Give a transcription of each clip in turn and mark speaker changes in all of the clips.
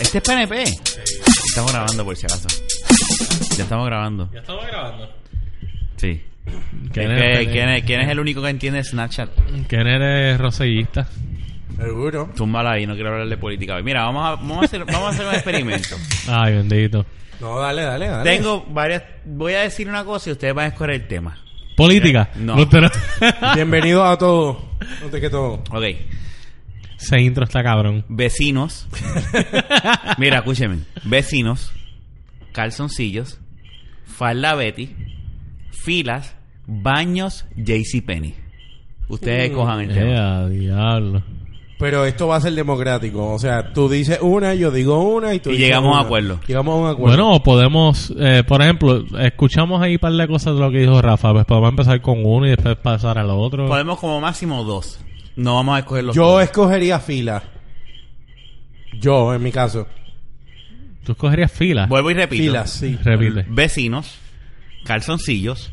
Speaker 1: Este es PNP. Estamos grabando por si acaso. Ya estamos grabando.
Speaker 2: Ya estamos grabando.
Speaker 1: Sí.
Speaker 2: ¿Quién
Speaker 1: Es que-
Speaker 2: eres?
Speaker 1: ¿Quién es, quién es el único que entiende Snapchat?
Speaker 2: ¿Quién eres rosellista?
Speaker 3: Seguro.
Speaker 1: Túmbala ahí, no quiero hablar de política hoy. Mira, vamos a, vamos a, hacer, vamos a hacer un experimento.
Speaker 2: Ay, bendito.
Speaker 3: No, dale, dale, dale.
Speaker 1: Tengo varias... Voy a decir una cosa y ustedes van a escoger el tema.
Speaker 2: ¿Política?
Speaker 1: Eh, No.
Speaker 2: Pero-
Speaker 3: Bienvenido a todo. No te que todo.
Speaker 1: Ok.
Speaker 2: Ese intro está cabrón.
Speaker 1: Vecinos. Mira, escúcheme. Vecinos. Calzoncillos. Falda Betty. Filas. Baños JCPenney. Ustedes cojan el tema.
Speaker 2: Eh, diablo.
Speaker 3: Pero esto va a ser democrático. O sea, tú dices una, yo digo una y tú
Speaker 1: Y
Speaker 3: dices
Speaker 1: llegamos a
Speaker 3: una.
Speaker 1: acuerdo.
Speaker 3: Llegamos a un acuerdo.
Speaker 2: Bueno, podemos, eh, por ejemplo, escuchamos ahí un par de cosas de lo que dijo Rafa. Pues podemos empezar con uno y después pasar al otro.
Speaker 1: Podemos como máximo dos. No vamos a escoger los
Speaker 3: yo
Speaker 1: dos.
Speaker 3: escogería fila. Yo, en mi caso.
Speaker 2: ¿Tú escogerías filas?
Speaker 1: Vuelvo y repito.
Speaker 3: Filas, sí.
Speaker 2: Repite.
Speaker 1: Vecinos, calzoncillos,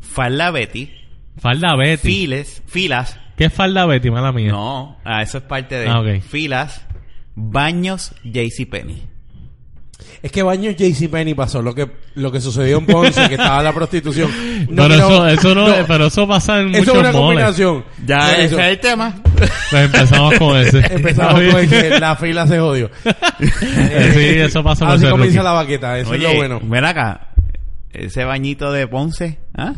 Speaker 1: falda Betty,
Speaker 2: Falda Betty.
Speaker 1: files, filas,
Speaker 2: ¿Qué es falda Betty, mala mía?
Speaker 1: no, ah, eso es parte de
Speaker 2: Ah, ok.
Speaker 1: filas, baños JCPenney.
Speaker 3: Es que baños JCPenney pasó. Lo que, lo que sucedió en Ponce, que estaba la prostitución.
Speaker 2: pero,
Speaker 3: quiero-
Speaker 2: eso, eso no,
Speaker 3: no,
Speaker 2: pero eso pasa en
Speaker 3: eso
Speaker 2: muchos
Speaker 3: es una
Speaker 2: moles.
Speaker 3: combinación.
Speaker 1: Ya,
Speaker 3: Por
Speaker 1: ese
Speaker 3: eso.
Speaker 1: es el tema.
Speaker 2: Pues empezamos con ese.
Speaker 3: Empezamos
Speaker 2: Está
Speaker 3: con el
Speaker 2: bien.
Speaker 3: que la fila se jodió.
Speaker 2: Eh, sí, eso pasa por
Speaker 3: Así
Speaker 2: ser
Speaker 3: comienza
Speaker 2: rookie.
Speaker 3: la baqueta. Eso
Speaker 1: Oye,
Speaker 3: es lo bueno.
Speaker 1: ven acá, ese bañito de Ponce, ¿ah?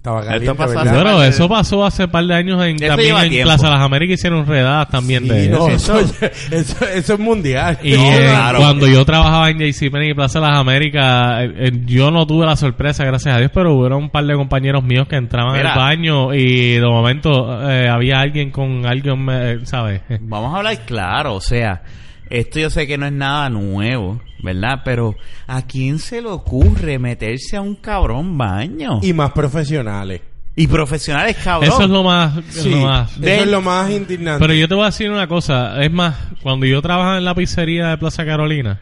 Speaker 3: Estaba
Speaker 1: esto
Speaker 3: caliente,
Speaker 1: pasó
Speaker 3: ¿verdad?
Speaker 1: hace-
Speaker 2: Bueno,
Speaker 1: parte de-
Speaker 2: eso pasó hace par de años en,
Speaker 1: Eso
Speaker 2: también
Speaker 1: lleva
Speaker 2: en
Speaker 1: tiempo.
Speaker 2: Plaza Las Américas hicieron redadas también de
Speaker 3: Sí, no,
Speaker 2: eso.
Speaker 3: eso, eso- eso es mundial.
Speaker 2: Y
Speaker 3: No,
Speaker 2: eh,
Speaker 1: claro.
Speaker 2: cuando yo trabajaba en JCPenney y Plaza Las Américas, eh, eh, yo no tuve la sorpresa, gracias a Dios, pero hubo un par de compañeros míos que entraban
Speaker 1: Mira.
Speaker 2: al baño y de momento eh, había alguien con alguien, eh, ¿sabes?
Speaker 1: Vamos a hablar claro, o sea, esto yo sé que no es nada nuevo, ¿verdad? Pero ¿a quién se le ocurre meterse a un cabrón baño?
Speaker 3: y más profesionales.
Speaker 1: Y profesionales, cabrón.
Speaker 2: Eso es lo más...
Speaker 3: Sí,
Speaker 2: lo más
Speaker 3: eso
Speaker 1: De-
Speaker 3: es lo más indignante.
Speaker 2: Pero yo te voy a decir una cosa. Es más, cuando yo trabajaba en la pizzería de Plaza Carolina,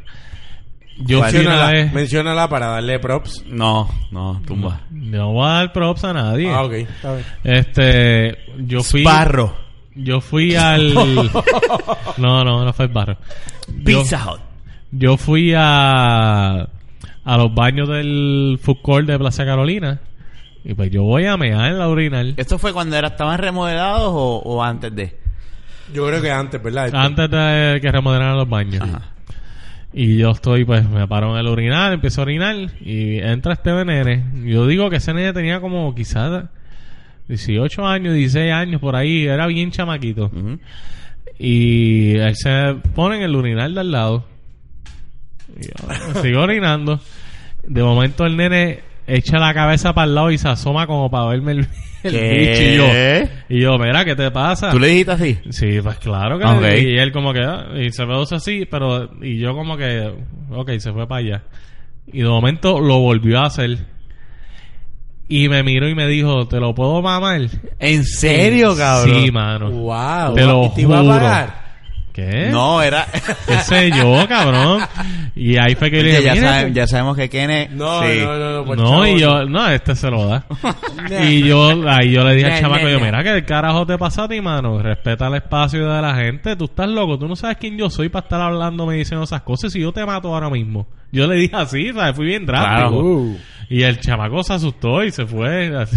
Speaker 2: yo fui una
Speaker 3: menciónala,
Speaker 2: vez...
Speaker 3: menciónala para darle props.
Speaker 1: No, no, tumba.
Speaker 2: No voy a dar props a nadie.
Speaker 3: Ah, ok. Está bien.
Speaker 2: Este, yo fui...
Speaker 1: Barro.
Speaker 2: Yo fui al... no, no, no fue el barrio. Yo,
Speaker 1: Pizza Hut.
Speaker 2: yo fui a... A los baños del food court de Plaza Carolina. Y pues yo voy a mear en la urinal.
Speaker 1: ¿Esto fue cuando era, estaban remodelados o, o antes de?
Speaker 3: Yo creo que antes, ¿verdad? Esto.
Speaker 2: Antes de que remodelaran los baños.
Speaker 1: Ajá.
Speaker 2: Y yo estoy, pues, me paro en el urinal, empiezo a orinar y entra este nene. Yo digo que ese nene tenía como quizás 18 años, 16 años por ahí, era bien chamaquito.
Speaker 1: Ujú.
Speaker 2: Y él se pone en el urinal de al lado. Y yo sigo orinando. De momento el nene echa la cabeza para el lado y se asoma como para verme el, el bicho. Y yo,
Speaker 1: ¿Qué?
Speaker 2: y yo, mira, ¿qué te pasa?
Speaker 1: ¿Tú le dijiste así?
Speaker 2: Sí, pues claro que
Speaker 1: Ah, Ok.
Speaker 2: Y él como que, ah, y se me usa así, pero, y yo como que, ok, se fue para allá. Y de momento lo volvió a hacer. Y me miró y me dijo, ¿te lo puedo mamar?
Speaker 1: ¿En serio, cabrón?
Speaker 2: Sí, mano.
Speaker 3: Wow.
Speaker 2: Te lo
Speaker 3: ¿Y te iba a
Speaker 2: juro.
Speaker 3: pagar?
Speaker 2: ¿Qué?
Speaker 1: No, era...
Speaker 2: ¿Qué sé yo, cabrón? Y ahí fue que yo
Speaker 1: Oye,
Speaker 2: dije,
Speaker 1: ya,
Speaker 2: "Mira,
Speaker 1: saben- ya sabemos que Kenneth...
Speaker 3: No,
Speaker 1: Sí.
Speaker 3: no, no, pues, no. por
Speaker 2: No, y
Speaker 3: favor.
Speaker 2: yo, no, este se lo da. y yo, ahí yo le dije al
Speaker 1: Ya,
Speaker 2: chamaco,
Speaker 1: ya,
Speaker 2: yo,
Speaker 1: ya.
Speaker 2: mira, que carajo te pasa a ti, mano? Respeta el espacio de la gente. Tú estás loco, tú no sabes quién yo soy para estar hablándome y diciendo esas cosas. Si yo te mato ahora mismo. Yo le dije así, ¿sabes? Fui bien drástico.
Speaker 1: Claro.
Speaker 3: Uh,
Speaker 2: Y el chamaco se asustó y se fue. así.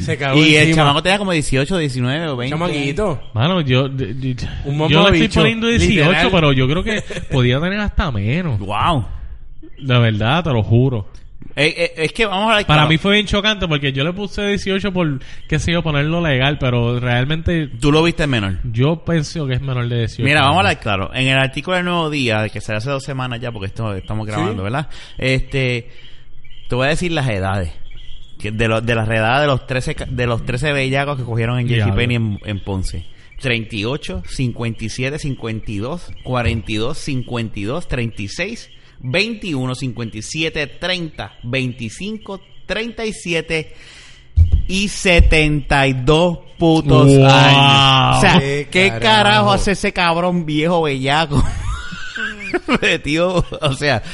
Speaker 3: se cagó
Speaker 1: Y el
Speaker 3: encima.
Speaker 1: chamaco tenía como 18, 19 o 20.
Speaker 3: Chamaquito.
Speaker 2: Mano, yo, de- de-
Speaker 3: Un
Speaker 2: yo le estoy
Speaker 3: mamabicho,
Speaker 2: poniendo 18,
Speaker 3: literal.
Speaker 2: pero yo creo que podía tener hasta menos.
Speaker 1: Wow.
Speaker 2: De verdad, te lo juro.
Speaker 1: Eh, eh, es que vamos a hablar...
Speaker 2: Para
Speaker 1: claro.
Speaker 2: mí fue bien chocante porque yo le puse 18 por, qué sé yo, ponerlo legal, pero realmente
Speaker 1: Tú lo viste menor.
Speaker 2: yo pienso que es menor de 18.
Speaker 1: Mira, vamos a hablar claro. En el artículo del Nuevo Día, que será hace dos semanas ya, porque esto estamos grabando,
Speaker 3: Sí.
Speaker 1: ¿verdad? Este, te voy a decir las edades. Que De, los de las edades de los 13, ca- de los 13 bellacos que cogieron en
Speaker 2: Diablo.
Speaker 1: JCPenney en, en Ponce. 38, 57, 52, 42, 52, 36, 21, 57, 30, 25, 37 y 72 putos años.
Speaker 2: Wow.
Speaker 1: O sea,
Speaker 3: Qué
Speaker 1: ¿qué
Speaker 3: carajo.
Speaker 1: carajo hace ese cabrón viejo bellaco? Tío, o sea,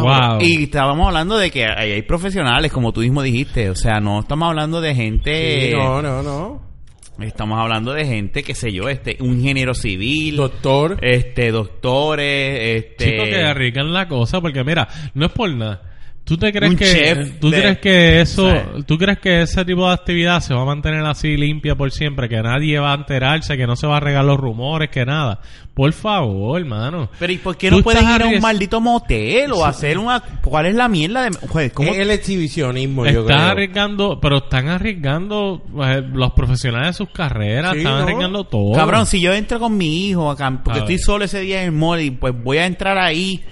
Speaker 2: Wow.
Speaker 1: y estábamos hablando de que hay,
Speaker 2: Eh.
Speaker 1: hay profesionales, como tú mismo dijiste, o sea, no estamos hablando de gente
Speaker 3: Sí, no, no, no.
Speaker 1: Estamos hablando de gente, qué sé yo, este, un ingeniero civil,
Speaker 3: Doctor.
Speaker 2: Eh,
Speaker 1: este, doctores, este,
Speaker 2: Chicos que arriesgan la cosa, porque mira, no es por nada. ¿Tú te crees
Speaker 1: Un
Speaker 2: que
Speaker 1: chef
Speaker 2: tú
Speaker 1: de-
Speaker 2: crees que eso,
Speaker 1: Sí.
Speaker 2: tú crees que ese tipo de actividad se va a mantener así limpia por siempre, que nadie va a enterarse, que no se va a regar los rumores, que nada? Por favor, hermano.
Speaker 1: Pero ¿y por qué
Speaker 2: Tú
Speaker 1: no puedes
Speaker 2: estás
Speaker 1: ir a un
Speaker 2: arries-
Speaker 1: maldito motel o hacer una... ¿Cuál es la mierda de...? Joder, ¿cómo-
Speaker 3: Es el exhibicionismo,
Speaker 1: Pues
Speaker 3: yo
Speaker 2: Están
Speaker 3: creo.
Speaker 2: arriesgando, pero están arriesgando eh, los profesionales de sus carreras,
Speaker 3: Sí,
Speaker 2: están
Speaker 3: ¿no?
Speaker 2: arriesgando todo.
Speaker 1: Cabrón, si yo entro con mi hijo acá, porque
Speaker 2: A
Speaker 1: estoy
Speaker 2: ver.
Speaker 1: solo ese día en el mall y pues voy a entrar ahí,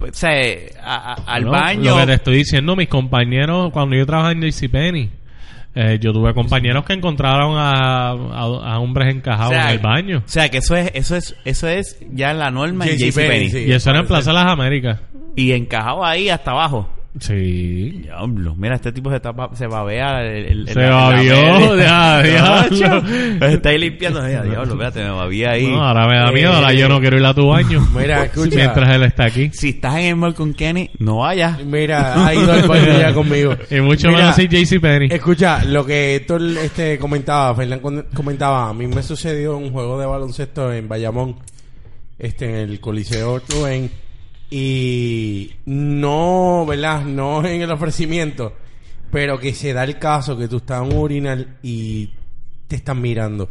Speaker 1: pues, o sea, a- a- al
Speaker 2: No,
Speaker 1: baño...
Speaker 2: Lo que te estoy diciendo, mis compañeros, cuando yo trabajaba en JCPenney, eh, yo tuve compañeros que encontraron a, a- a hombres
Speaker 1: o
Speaker 2: encajados
Speaker 1: sea,
Speaker 2: en el baño.
Speaker 1: O sea, que eso es, eso es, eso es ya la norma en
Speaker 3: JCPenney,
Speaker 1: JCPenney.
Speaker 3: sí.
Speaker 2: y eso era en
Speaker 3: parece.
Speaker 2: Plaza Las Américas.
Speaker 1: Y encajado ahí hasta abajo.
Speaker 2: Sí.
Speaker 1: Diablo, mira, este tipo se, tapa, se babea. El, el-
Speaker 2: Se
Speaker 1: el- la-
Speaker 2: babió,
Speaker 1: la-
Speaker 2: ya, diablo.
Speaker 1: Chacho, Pues Está ahí limpiando. ya, Diablo, espérate, me babía ahí.
Speaker 2: No, ahora me da
Speaker 3: Eh,
Speaker 2: miedo, ahora yo no quiero ir a tu baño.
Speaker 3: Mira, escucha.
Speaker 2: Mientras él está aquí.
Speaker 1: Si estás en el mall con Kenny, no vayas.
Speaker 3: Mira, ha ido al baño ya conmigo.
Speaker 2: Y mucho
Speaker 3: Mira,
Speaker 2: menos si JCPenney.
Speaker 3: Escucha, lo que Héctor este, comentaba, Fernán con- comentaba, a mí me sucedió un juego de baloncesto en Bayamón, este, en el Coliseo Rubén, y no, ¿verdad? No en el ofrecimiento, pero que se da el caso que tú estás en un urinal y te están mirando.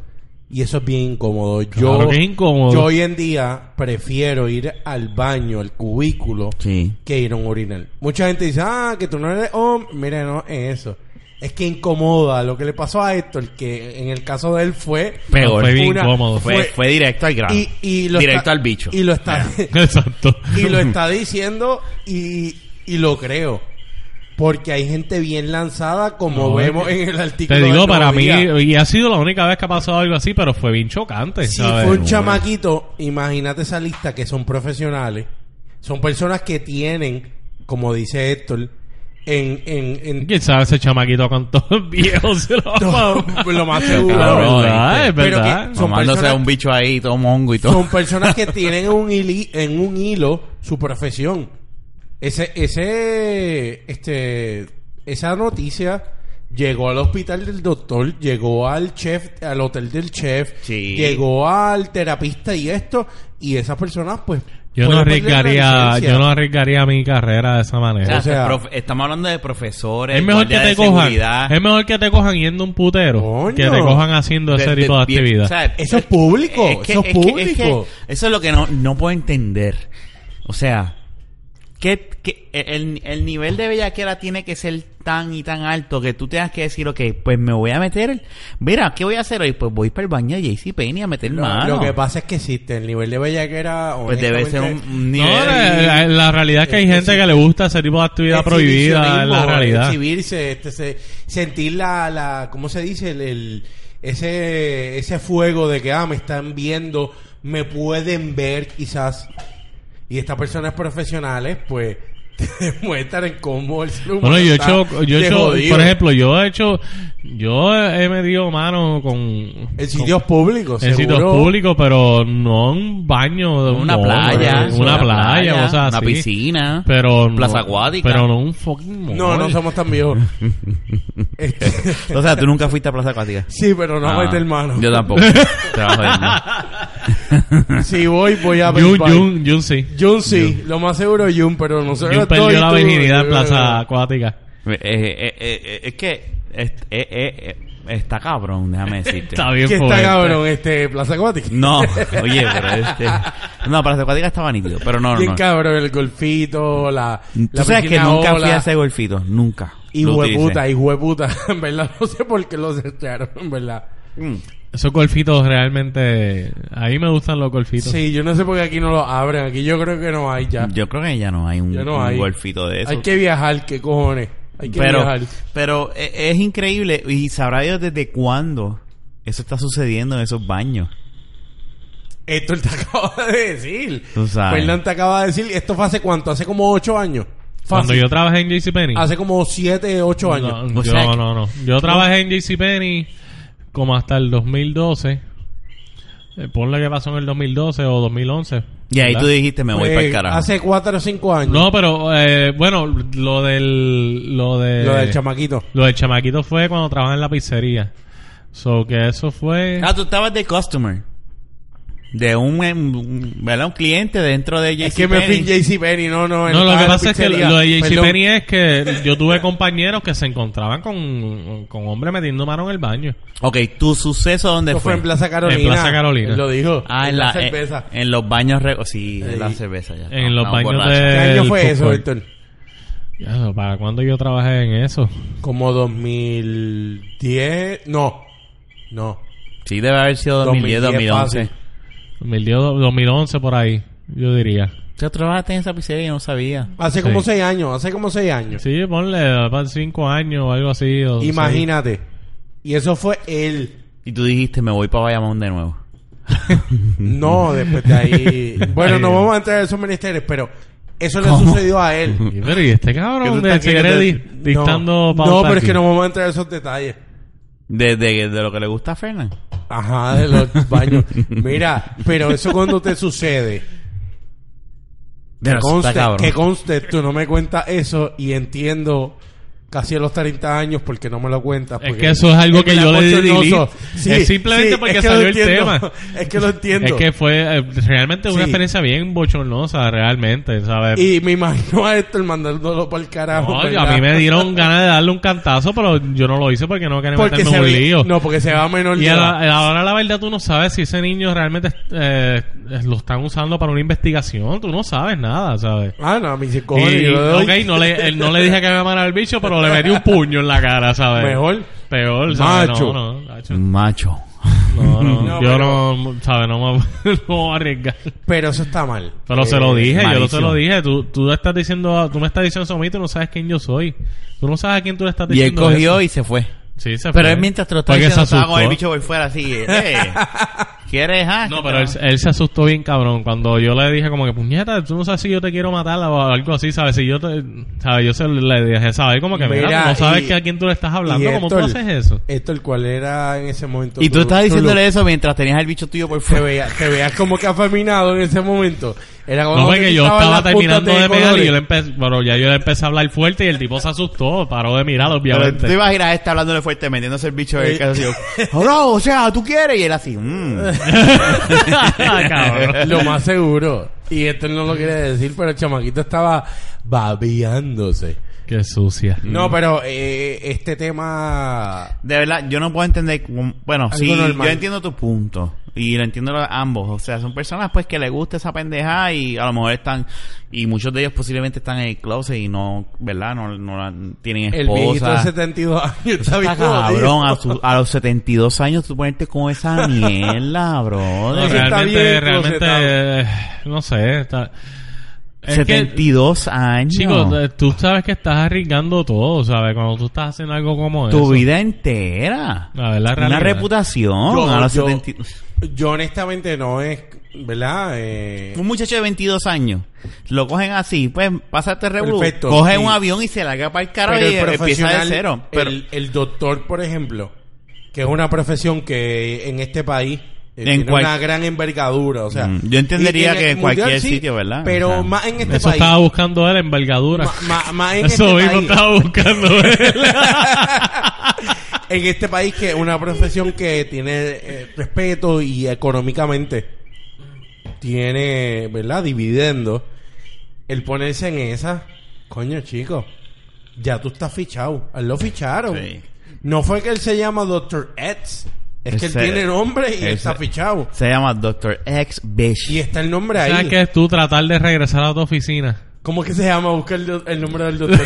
Speaker 3: Y eso es bien incómodo. Yo,
Speaker 2: Claro que es incómodo.
Speaker 3: yo hoy en día prefiero ir al baño, al cubículo,
Speaker 1: Sí.
Speaker 3: que ir a un urinal. Mucha gente dice, ah, que tú no eres hombre. Mira, no es eso. Es que incomoda lo que le pasó a Héctor, que en el caso de él fue...
Speaker 1: Peor.
Speaker 2: Fue bien
Speaker 3: Una-
Speaker 2: incómodo.
Speaker 1: Fue, fue directo al grano.
Speaker 3: Y, y lo
Speaker 1: directo
Speaker 3: está-
Speaker 1: al bicho.
Speaker 3: Y lo está,
Speaker 2: Exacto.
Speaker 3: y lo está diciendo y, y lo creo. Porque hay gente bien lanzada, como
Speaker 2: No, eh,
Speaker 3: vemos en el artículo.
Speaker 2: Te digo,
Speaker 3: del Nuevo
Speaker 2: para mí, eh,
Speaker 3: Día.
Speaker 2: y ha sido la única vez que ha pasado algo así, pero fue bien chocante.
Speaker 3: Si
Speaker 2: ¿sabes?
Speaker 3: fue un
Speaker 2: Bueno.
Speaker 3: chamaquito, imagínate esa lista que son profesionales. Son personas que tienen, como dice Héctor, en... en, en
Speaker 2: ¿Quién sabe ese chamaquito con todos viejos? Se lo
Speaker 3: lo más seguro.
Speaker 1: Cabrón,
Speaker 2: verdad,
Speaker 1: este.
Speaker 2: es
Speaker 3: Pero
Speaker 2: verdad.
Speaker 3: que- son
Speaker 1: Tomándose
Speaker 3: personas-
Speaker 1: a un bicho ahí, todo mongo y todo.
Speaker 3: Son personas que tienen un hili- en un hilo su profesión. Ese, ese, este, esa noticia llegó al hospital del doctor, llegó al chef, al hotel del chef,
Speaker 1: Sí.
Speaker 3: llegó al terapista y esto, y esas personas pues...
Speaker 2: Yo no
Speaker 3: pueden perder la
Speaker 2: arriesgaría,
Speaker 3: licencia.
Speaker 2: yo no arriesgaría mi carrera de esa
Speaker 1: O
Speaker 2: manera.
Speaker 1: sea,
Speaker 3: o sea,
Speaker 1: profe- estamos hablando de profesores,
Speaker 2: es mejor que
Speaker 1: guardias
Speaker 2: te
Speaker 1: de
Speaker 2: cojan,
Speaker 1: seguridad,
Speaker 2: es mejor que te cojan yendo a un putero,
Speaker 3: Coño.
Speaker 2: que te cojan haciendo
Speaker 1: de-
Speaker 2: ese
Speaker 1: de-
Speaker 2: tipo de
Speaker 1: bien-
Speaker 2: actividad.
Speaker 1: o sea,
Speaker 3: Eso es público, eso es público.
Speaker 1: que eso es lo que no, no puedo entender. O sea, que, el, el nivel de bellaquera tiene que ser tan y tan alto que tú tengas que decir, ok, pues me voy a meter. el- Mira, ¿qué voy a hacer hoy? Pues voy para el baño de JCPenney a meter
Speaker 3: Lo-
Speaker 1: mano.
Speaker 3: Lo que pasa es que existe el nivel de bellaquera.
Speaker 1: pues debe ser un
Speaker 3: honestamente,
Speaker 1: un
Speaker 2: No,
Speaker 1: nivel.
Speaker 2: la, la realidad es que hay
Speaker 3: Este,
Speaker 2: gente
Speaker 3: sí.
Speaker 2: que le gusta ese tipo de actividad prohibida, es la
Speaker 3: exhibicionismo,
Speaker 2: realidad.
Speaker 3: eh, Exhibirse, este, se- sentir la, la, ¿cómo se dice? El, el- ese, ese fuego de que, ah, me están viendo, me pueden ver quizás. Y estas personas profesionales, pues, te demuestran cómo el ser humano
Speaker 2: Bueno, yo he
Speaker 3: está
Speaker 2: hecho, yo he
Speaker 3: de
Speaker 2: hecho,
Speaker 3: jodido.
Speaker 2: por ejemplo, yo he hecho, yo he medido mano con...
Speaker 3: En sitios públicos,
Speaker 2: En sitios
Speaker 3: seguro.
Speaker 2: públicos, pero no un baño de un
Speaker 1: una
Speaker 2: mall,
Speaker 1: playa,
Speaker 2: una, playa, cosas así.
Speaker 1: una piscina,
Speaker 2: Pero no-
Speaker 1: plaza acuática.
Speaker 2: Pero no un fucking mall.
Speaker 3: No, no somos tan viejos. Este,
Speaker 1: O sea, tú nunca fuiste a plaza acuática.
Speaker 3: sí, pero no
Speaker 1: Ah,
Speaker 3: voy meter mano.
Speaker 1: Yo tampoco. Te vas a joder, ¿no?
Speaker 3: Si voy, voy a ver.
Speaker 2: Jun, Jun, Jun sí.
Speaker 3: Jun sí, lo más seguro Jun, pero no sé.
Speaker 2: Jun perdió la
Speaker 3: eh,
Speaker 2: virginidad en plaza acuática.
Speaker 1: Eh, eh, eh, eh, es que es- eh, eh, eh, está cabrón, déjame decirte.
Speaker 2: Está bien,
Speaker 3: ¿Qué está
Speaker 2: pobre.
Speaker 3: cabrón? Este, Plaza Acuática.
Speaker 1: eh. No, oye, pero este. No, para acuática estaba nítido, pero no,
Speaker 3: Bien
Speaker 1: no.
Speaker 3: cabrón, el golfito, la.
Speaker 1: Tú
Speaker 3: la
Speaker 1: sabes que
Speaker 3: piscina
Speaker 1: nunca fui
Speaker 3: ola,
Speaker 1: a ese golfito, nunca.
Speaker 3: Y
Speaker 1: Lo utilicé.
Speaker 3: hueputa, y hueputa. En verdad, no sé por qué los echaron, en verdad.
Speaker 1: Mm.
Speaker 2: Esos golfitos realmente... A mí me gustan los golfitos.
Speaker 3: Sí, yo no sé por qué aquí no los abren. Aquí yo creo que no hay ya.
Speaker 1: Yo creo que ya no hay un,
Speaker 3: Ya no
Speaker 1: un
Speaker 3: hay.
Speaker 1: golfito de eso.
Speaker 3: Hay que viajar, qué cojones. Hay que
Speaker 1: pero,
Speaker 3: viajar.
Speaker 1: pero e- es increíble y sabrá Dios desde cuándo eso está sucediendo en esos baños.
Speaker 3: Héctor te acaba de decir.
Speaker 1: Tú sabes.
Speaker 3: Fernán te acaba de decir. ¿Esto fue hace cuánto? ¿Hace como ocho años?
Speaker 2: Cuando
Speaker 3: Fácil.
Speaker 2: yo trabajé en JCPenney.
Speaker 3: Hace como siete, ocho años.
Speaker 2: No,
Speaker 1: O
Speaker 2: yo
Speaker 1: sea que-
Speaker 2: no, no. Yo trabajé en JCPenney como hasta el 2012. Eh, Ponle que pasó en el 2012 o 2011.
Speaker 1: Y ahí
Speaker 2: ¿verdad?
Speaker 1: tú dijiste, me voy
Speaker 3: Pues,
Speaker 1: para el carajo.
Speaker 3: Hace cuatro o cinco años.
Speaker 2: No, pero eh, bueno, lo del... Lo, de,
Speaker 3: Lo del chamaquito.
Speaker 2: eh, Lo del chamaquito fue cuando trabajaba en la pizzería. So que eso fue.
Speaker 1: Ah, tú estabas de customer. De un, em, un- ¿verdad? un cliente dentro de
Speaker 3: Es que me fui en
Speaker 1: eh,
Speaker 3: JCPenney, no, no.
Speaker 2: No, lo
Speaker 3: estaba
Speaker 2: que
Speaker 3: en la
Speaker 2: pasa es que
Speaker 3: pizzería.
Speaker 2: lo de
Speaker 3: Perdón.
Speaker 2: JCPenney es que yo tuve compañeros que se encontraban con, con hombres metiendo mano en el baño.
Speaker 1: Ok, ¿tu suceso dónde
Speaker 3: Esto fue
Speaker 1: fue?
Speaker 3: en Plaza Carolina.
Speaker 2: En Plaza Carolina.
Speaker 3: Él lo dijo.
Speaker 1: Ah, en, la, eh,
Speaker 3: cerveza.
Speaker 1: en, los baños... re- oh, Sí,
Speaker 3: Sí.
Speaker 1: en la cerveza ya.
Speaker 2: En los baños
Speaker 1: borracho.
Speaker 2: de-
Speaker 3: ¿Qué año
Speaker 2: el
Speaker 3: fue eso,
Speaker 2: fútbol.
Speaker 3: Héctor?
Speaker 2: Ya, no, ¿Para cuándo yo trabajé en eso?
Speaker 3: Como 2010. No. No.
Speaker 1: Sí, debe haber sido 2010,
Speaker 3: 2010
Speaker 1: 2011.
Speaker 3: fácil.
Speaker 2: 2010, 2011 por ahí, yo diría.
Speaker 1: Yo trabajaste en esa pizzería y no sabía.
Speaker 3: Hace como
Speaker 2: Sí.
Speaker 3: seis años, hace como seis años.
Speaker 2: Sí, ponle para cinco años o algo así. o
Speaker 3: Imagínate. Y eso fue él.
Speaker 1: Y tú dijiste, me voy para Bayamón de nuevo.
Speaker 3: No, después de ahí. bueno, no
Speaker 2: Ay.
Speaker 3: vamos a entrar en esos ministerios, pero eso le
Speaker 1: ¿Cómo?
Speaker 3: sucedió a él.
Speaker 2: seis. Y, Pero y este
Speaker 3: Que tú
Speaker 2: cabrón de
Speaker 3: estás
Speaker 2: seguiré
Speaker 3: queriendo-
Speaker 2: di- dictando
Speaker 3: no,
Speaker 2: pauta
Speaker 3: no, pero es
Speaker 2: aquí.
Speaker 3: que no vamos a entrar en esos detalles.
Speaker 1: De, de, de lo que le gusta a Fernan.
Speaker 3: Ajá, de los baños. Mira, pero eso cuando te sucede.
Speaker 1: De
Speaker 3: Que
Speaker 1: los
Speaker 3: conste,
Speaker 1: está cabrón.
Speaker 3: que conste, tú no me cuentas eso y entiendo casi a los 30 años porque no me lo cuentas.
Speaker 2: Es
Speaker 3: porque
Speaker 2: que eso es algo que
Speaker 3: verdad
Speaker 2: yo le
Speaker 3: bochornoso.
Speaker 2: delete. Es simplemente porque
Speaker 3: lo
Speaker 2: salió el
Speaker 3: entiendo.
Speaker 2: tema.
Speaker 3: Es que lo entiendo.
Speaker 2: Es que fue eh, realmente
Speaker 3: Sí.
Speaker 2: una experiencia bien bochornosa, realmente, ¿sabes?
Speaker 3: Y me imagino a Héctor mandándolo para el carajo.
Speaker 2: No, yo-
Speaker 3: ¿verdad?
Speaker 2: a mí me dieron ganas de darle un cantazo, pero yo no lo hice porque no quería
Speaker 3: porque
Speaker 2: meterme
Speaker 3: se
Speaker 2: en un
Speaker 3: ve-
Speaker 2: lío.
Speaker 3: No, porque se va a menor
Speaker 2: Y
Speaker 3: de
Speaker 2: a la-
Speaker 3: edad.
Speaker 2: a la- ahora la verdad tú no sabes si ese niño realmente eh, lo están usando para una investigación. Tú no sabes nada, ¿sabes?
Speaker 3: Ah, no, a mí se cojones,
Speaker 2: Y,
Speaker 3: yo le doy.
Speaker 2: ok, no le, él no le dije que me amara al bicho, pero le metí un puño en la cara, ¿sabes?
Speaker 3: Mejor.
Speaker 2: Peor, ¿sabes?
Speaker 3: Macho.
Speaker 2: No, no, macho.
Speaker 1: Macho.
Speaker 2: No, no,
Speaker 3: No,
Speaker 2: yo
Speaker 3: pero-
Speaker 2: no, ¿sabes? No me, no me voy a arriesgar.
Speaker 3: Pero eso está mal.
Speaker 2: Pero se lo dije, yo no se
Speaker 1: Eh, malísimo.
Speaker 2: lo dije. Tú, tú, estás diciendo, tú me estás diciendo eso a mí, tú no sabes quién yo soy. Tú no sabes a quién tú le estás
Speaker 1: Y él
Speaker 2: diciendo
Speaker 1: cogió
Speaker 2: eso.
Speaker 1: y se fue.
Speaker 2: Sí, se
Speaker 1: Pero
Speaker 2: fue.
Speaker 1: él mientras te lo estaba
Speaker 2: Porque
Speaker 1: diciendo,
Speaker 2: se
Speaker 1: estaba con el
Speaker 2: asustó.
Speaker 1: bicho por fuera así. eh, eh. ¿Quieres, ah?
Speaker 2: No, pero él, él se asustó bien cabrón cuando yo le dije como que puñeta, tú no sabes si yo te quiero matar o algo así, ¿sabes? Si yo te, ¿sabes? Yo se le dije, ¿sabes? Como que mira,
Speaker 3: Mira,
Speaker 2: tú no sabes
Speaker 3: y-
Speaker 2: que a quién tú le estás hablando,
Speaker 3: Y
Speaker 2: ¿cómo tú
Speaker 3: Héctor-
Speaker 2: haces eso?
Speaker 3: Héctor, ¿cuál era en ese momento?
Speaker 1: Y tú
Speaker 3: tu-
Speaker 1: estabas
Speaker 3: tu
Speaker 1: diciéndole eso mientras tenías el bicho tuyo por
Speaker 3: te
Speaker 1: fuera.
Speaker 3: veías te veías como que afeminado en ese momento. Era cuando
Speaker 2: No, porque yo
Speaker 3: utilizaban
Speaker 2: estaba
Speaker 3: las puntas
Speaker 2: terminando de pegar
Speaker 3: colores.
Speaker 2: y yo le empecé, bueno, ya yo le empecé a hablar fuerte y el tipo se asustó, paró de mirar,
Speaker 1: Pero tú
Speaker 2: obviamente.
Speaker 1: ibas a ir a este hablándole fuerte, metiéndose el bicho
Speaker 3: Eh.
Speaker 1: del caso. Oh, no, o sea, tú quieres. Y él así. mm.
Speaker 2: Cabrón.
Speaker 3: Lo más seguro. Y esto no lo quiere decir, pero el chamaquito estaba babeándose.
Speaker 2: Qué sucia.
Speaker 3: No, pero eh, este tema...
Speaker 1: De verdad, yo no puedo entender. cómo- Bueno,
Speaker 3: Algo
Speaker 1: sí,
Speaker 3: normal.
Speaker 1: yo entiendo tu punto. Y lo entiendo a ambos. O sea, son personas pues que les gusta esa pendejada y a lo mejor están. Y muchos de ellos posiblemente están en el closet y no, ¿verdad? No, no la- tienen
Speaker 3: El viejito de
Speaker 1: esposa.
Speaker 3: 72 años está
Speaker 1: Está
Speaker 3: bien
Speaker 1: cabrón, a,
Speaker 3: jodido.
Speaker 1: su- a los 72 años tú ponerte con esa mierda, bro.
Speaker 2: No,
Speaker 3: Eso está
Speaker 2: realmente,
Speaker 3: bien
Speaker 2: realmente,
Speaker 3: closetado.
Speaker 2: eh, no sé. Está... Es que-
Speaker 1: 72 años.
Speaker 2: Chicos, eh, tú sabes que estás arriesgando todo, ¿sabes? Cuando tú estás haciendo algo como
Speaker 1: tu
Speaker 2: eso.
Speaker 1: vida entera.
Speaker 2: A ver, la
Speaker 1: Una
Speaker 2: realidad.
Speaker 1: reputación.
Speaker 3: Yo-
Speaker 1: a los
Speaker 3: yo-
Speaker 1: 70
Speaker 3: Yo honestamente no es... ¿Verdad? Eh,
Speaker 1: Un muchacho de 22 años. Lo cogen así. Pues pasa este revolú.
Speaker 3: Perfecto.
Speaker 1: Coge
Speaker 3: Y-
Speaker 1: un avión y se larga para el carajo
Speaker 3: pero
Speaker 1: y
Speaker 3: el
Speaker 1: empieza de
Speaker 3: profesional...
Speaker 1: cero. Pero
Speaker 3: el, el doctor, por ejemplo, que es una profesión que en este país... eh,
Speaker 1: En
Speaker 3: tiene
Speaker 1: cual-
Speaker 3: una gran envergadura, o sea...
Speaker 1: Mm, yo entendería
Speaker 3: y
Speaker 1: que
Speaker 3: el
Speaker 1: en cualquier
Speaker 3: mundial sí,
Speaker 1: sitio, ¿verdad?
Speaker 3: Pero
Speaker 1: O sea,
Speaker 3: más en este
Speaker 2: Eso
Speaker 3: país.
Speaker 2: estaba buscando él, envergadura.
Speaker 3: Ma- ma- más en
Speaker 2: Eso
Speaker 3: este
Speaker 2: mismo
Speaker 3: país.
Speaker 2: estaba buscando él.
Speaker 3: en este país que es una profesión que tiene eh, respeto y económicamente tiene, ¿verdad? Dividendo. El ponerse en esa, coño chico, ya tú estás fichado. A él lo ficharon.
Speaker 1: Sí.
Speaker 3: No fue que él se llama Dr. Eds. Es que él
Speaker 1: Ese-
Speaker 3: tiene nombre y
Speaker 1: ese-
Speaker 3: está fichado.
Speaker 1: se llama Dr. X Bish.
Speaker 3: Y está el nombre
Speaker 2: ¿Sabes
Speaker 3: ahí.
Speaker 2: qué es tú tratar de regresar a tu oficina?
Speaker 3: ¿Cómo que se llama? Busca el, do- el nombre del doctor.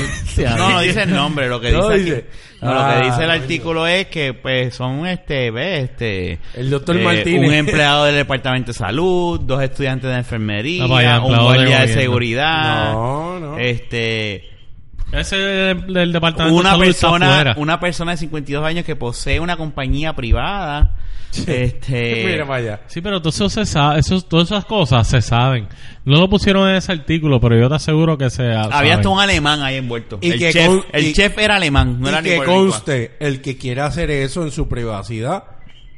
Speaker 1: No, no dice el nombre, lo que
Speaker 3: No
Speaker 1: dice, aquí-
Speaker 3: dice.
Speaker 1: no, lo
Speaker 3: Ah,
Speaker 1: que dice el
Speaker 3: coño.
Speaker 1: artículo es que pues son este, ve, este
Speaker 3: El doctor Martínez.
Speaker 1: un empleado del departamento de salud, dos estudiantes de enfermería,
Speaker 2: Ah, vaya,
Speaker 1: un
Speaker 2: empleado del
Speaker 1: guardia de
Speaker 2: gobierno.
Speaker 1: seguridad,
Speaker 3: No, no.
Speaker 1: este
Speaker 2: Ese del, del departamento de
Speaker 1: una
Speaker 2: salud está
Speaker 1: persona,
Speaker 2: afuera.
Speaker 1: una persona de 52 años que posee una compañía privada, este
Speaker 3: Mira para allá.
Speaker 2: Sí, pero todo eso se sabe, eso- todas esas cosas se saben. No lo pusieron en ese artículo, pero yo te aseguro que se
Speaker 1: había
Speaker 2: saben.
Speaker 1: hasta un alemán ahí envuelto.
Speaker 3: Y
Speaker 1: el
Speaker 3: que
Speaker 1: chef,
Speaker 3: con-
Speaker 1: el
Speaker 3: y-
Speaker 1: chef era alemán, no era
Speaker 3: y que
Speaker 1: ni boricua.
Speaker 3: conste, el que quiera hacer eso en su privacidad,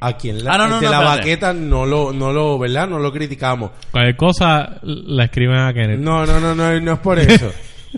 Speaker 3: a quien la,
Speaker 1: Ah, no, no,
Speaker 3: el de
Speaker 1: no,
Speaker 3: la
Speaker 1: espérate.
Speaker 3: baqueta no lo, no lo, ¿verdad? No lo criticamos.
Speaker 2: Cualquier cosa la escriben a Kenneth.
Speaker 3: No, no, no, no, no es por eso.